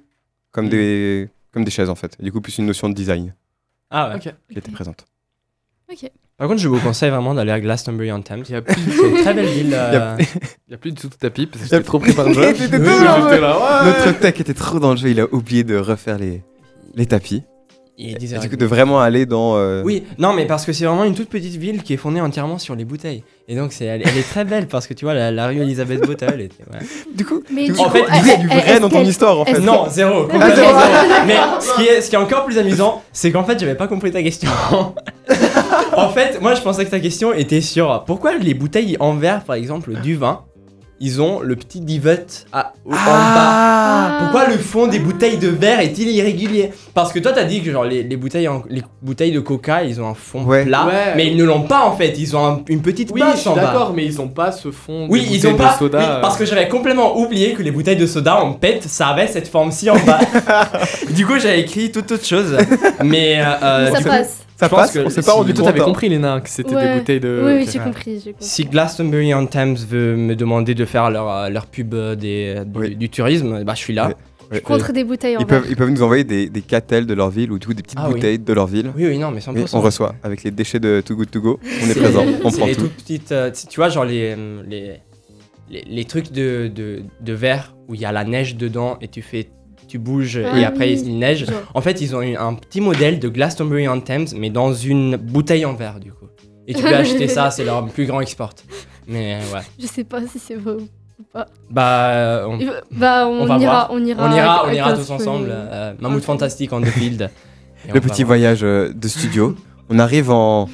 B: comme,
F: Mm.
B: des, comme des chaises en fait. Et du coup, plus une notion de design
C: Ah ouais.
B: qui était présente.
D: Ok.
C: Par contre, je vous conseille vraiment d'aller à Glastonbury on Thames. Il y a- C'est une très belle ville. euh,
F: Il n'y a plus du tout de tapis parce que
B: Il y a-
F: j'étais trop pris par le jeu.
B: Il était
F: Oui,
B: trop dans le
F: j'étais
B: jeu.
F: là, ouais.
B: Notre tech était trop dans le jeu, il a oublié de refaire les, les tapis.
C: Il est
B: Et
C: 10h30.
B: du coup, de vraiment aller dans. euh,
C: Oui, non, mais parce que c'est vraiment une toute petite ville qui est fondée entièrement sur les bouteilles. Et donc, c'est, elle, elle est très belle parce que tu vois, la, la rue Elisabeth Bottle. Et,
B: Du coup,
D: Mais
B: du coup, il y a du vrai dans ton histoire en fait.
C: Non, zéro. complètement zéro. Mais ce qui, est, ce qui est encore plus amusant, c'est qu'en fait, j'avais pas compris ta question. en fait, moi, je pensais que ta question était sur pourquoi les bouteilles en verre, par exemple, du vin, ils ont le petit divot à, au- en bas. Pourquoi le fond des bouteilles de verre est-il irrégulier Parce que toi, t'as dit que genre les, les bouteilles, en- les bouteilles de coca, ils ont un fond
B: Ouais.
C: plat,
F: Ouais.
C: mais ils ne l'ont pas en fait. Ils ont un- une petite
F: Oui, je
C: bâche
F: suis
C: en bas.
F: d'accord, mais ils ont pas ce fond.
C: Oui,
F: des
C: ils
F: bouteilles
C: ont
F: de
C: pas.
F: Soda,
C: oui,
F: euh,
C: parce que j'avais complètement oublié que les bouteilles de soda en pète, ça avait cette forme-ci en bas. du coup, j'avais écrit toute autre chose. Mais. euh,
E: Ça
C: du coup,
E: passe.
B: Ça
C: je pense
B: passe,
C: que
B: on s'est
C: si-
B: pas rendu
F: Toi,
B: compte.
F: t'avais
B: hein.
F: compris, Léna, que c'était
E: Ouais.
F: des bouteilles de.
E: Oui, oui,
F: euh, Ok.
E: j'ai compris, j'ai compris.
C: Si Glastonbury on Thames veut me demander de faire leur, euh, leur pub euh, des, du, du tourisme, bah, je suis là.
B: Oui.
C: Je
E: Contre des bouteilles en
B: Ils
E: verre.
B: peuvent, ils peuvent nous envoyer des, des catels de leur ville ou tout, des petites
C: Ah oui.
B: bouteilles de leur ville.
C: Oui, oui, non, mais 100%.
B: Et on reçoit avec les déchets de Too Good To Go. On est
C: C'est-
B: présent, on
C: c'est
B: prend
C: les
B: tout.
C: toutes petites, euh, tu tu vois, genre les, euh, les, les, les trucs de, de, de verre où il y a la neige dedans et tu fais tu bouges
E: Ah
C: et après
E: oui,
C: il neige.
E: genre.
C: En fait, ils ont eu un petit modèle de Glastonbury on Thames, mais dans une bouteille en verre, du coup. Et tu peux acheter ça, c'est leur plus grand export. Mais euh, ouais.
E: Je sais pas si c'est vrai ou pas.
C: Bah, euh, on,
E: Euh, Bah, on,
C: on va
E: ira,
C: voir.
E: on ira.
C: On ira,
E: avec-
C: on ira
E: avec
C: tous
E: un-
C: ensemble. euh, Mammouth Fantastique en the field. Et on
B: Le
C: va
B: petit
C: voir.
B: voyage euh, de studio. on arrive en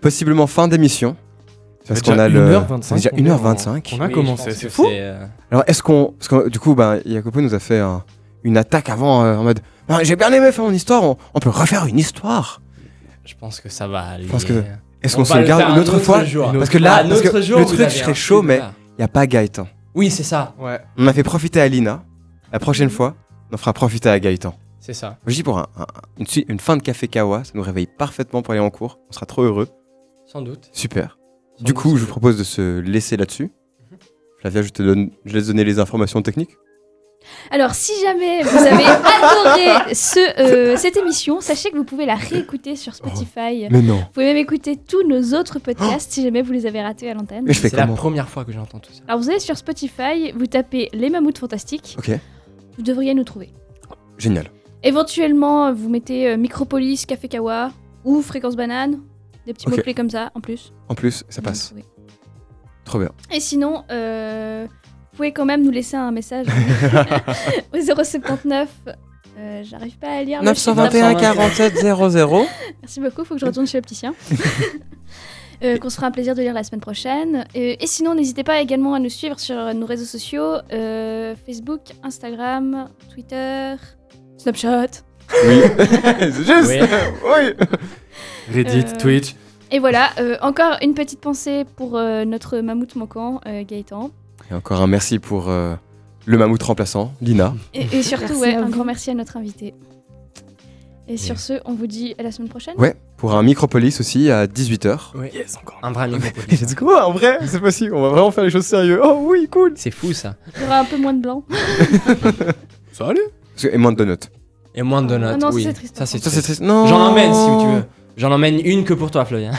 B: possiblement fin d'émission. Parce
F: Ça fait
B: qu'on
F: déjà
B: a le.
F: 1h25
B: ça fait déjà
F: qu'on est en-
B: 1h25.
F: qu'on a
C: Oui, je
F: commencé,
C: pense
F: c'est
C: que
F: fou.
C: euh,
B: Alors est-ce qu'on... Parce que du coup, ben, Jacopo nous a fait un- une attaque avant euh, en mode... Ah, J'ai bien aimé faire mon histoire, on, on peut refaire une histoire.
C: Je pense que ça va aller. euh,
B: pense que-
C: On
B: Est-ce qu'on
C: va
B: se le
C: le
B: garde
C: faire
B: une
C: un
B: autre,
C: autre
B: fois
C: jour.
B: Parce que là,
C: Ah, un
B: parce que
C: autre jour,
B: le
C: vous
B: truc,
C: avez
B: je
C: un
B: serais
C: truc
B: chaud,
C: à
B: mais
C: faire.
B: il n'y a pas Gaëtan.
C: Oui, c'est ça.
F: Ouais.
B: On a fait profiter à Lina. La prochaine fois, on en fera profiter à Gaëtan.
C: C'est ça.
B: Je dis pour un- un- une, su- une fin de café kawa, ça nous réveille parfaitement pour aller en cours. On sera trop heureux.
C: Sans doute.
B: Super.
C: Sans
B: Du
C: doute,
B: coup,
C: sans
B: je vous
C: doute.
B: propose de se laisser là-dessus. Flavia, je te donne, je laisse donner les informations techniques.
D: Alors, si jamais vous avez adoré ce, euh, cette émission, sachez que vous pouvez la réécouter sur Spotify.
B: Mais non.
D: Vous pouvez même écouter tous nos autres podcasts si jamais vous les avez ratés à l'antenne.
B: Mais je fais
C: C'est la
B: comment
C: première fois que j'entends tout ça.
D: Alors, vous allez sur Spotify, vous tapez Les Mammouths Fantastiques,
B: Ok,
D: vous devriez nous trouver.
B: génial.
D: Éventuellement, vous mettez euh, Micropolis, Café Kawa ou Fréquence Banane, des petits
B: Ok.
D: mots-clés comme ça en plus.
B: En plus,
D: Vous
B: ça
D: nous
B: passe.
D: trouvez.
B: Trop bien.
D: Et sinon, euh, vous pouvez quand même nous laisser un message au 079. euh, J'arrive pas à lire. le chiffre.
C: 921 47
B: 00.
D: Merci beaucoup, faut que je retourne chez l'opticien. Euh, qu'on se fera un plaisir de lire la semaine prochaine. Euh, et sinon, n'hésitez pas également à nous suivre sur nos réseaux sociaux euh, Facebook, Instagram, Twitter, Snapchat.
B: Oui. C'est juste.
C: Oui.
B: Oui.
F: Reddit,
D: Euh,
F: Twitch.
D: Et voilà, euh, encore une petite pensée pour euh, notre mammouth manquant, euh, Gaëtan.
B: Et encore un merci pour euh, le mammouth remplaçant, Lina.
D: Et, et surtout,
E: Merci
D: ouais,
E: à
D: un
E: vous.
D: grand merci à notre invité. Et sur ce, on vous dit à la semaine prochaine.
B: Ouais, pour un Micropolis aussi à 18h.
C: Oui.
F: Yes, encore.
C: Un vrai micro.
B: J'ai dit quoi En vrai, c'est possible, on va vraiment faire les choses sérieuses. Oh oui, cool.
C: C'est fou ça.
D: Il y aura un peu moins de blanc.
F: Salut.
B: Parce que- Et moins de donuts.
C: Et moins de donuts.
D: Ah non, ça,
C: oui.
D: c'est triste,
C: Ça,
D: par Oh.
C: c'est
B: Ça, c'est
C: triste.
B: triste. Non.
C: J'en emmène si tu veux. J'en emmène une que pour toi, Flavien.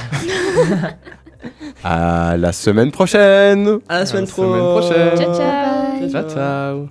B: À la semaine prochaine.
C: À la
F: semaine prochaine.
D: Ciao, ciao.
F: Ciao, ciao.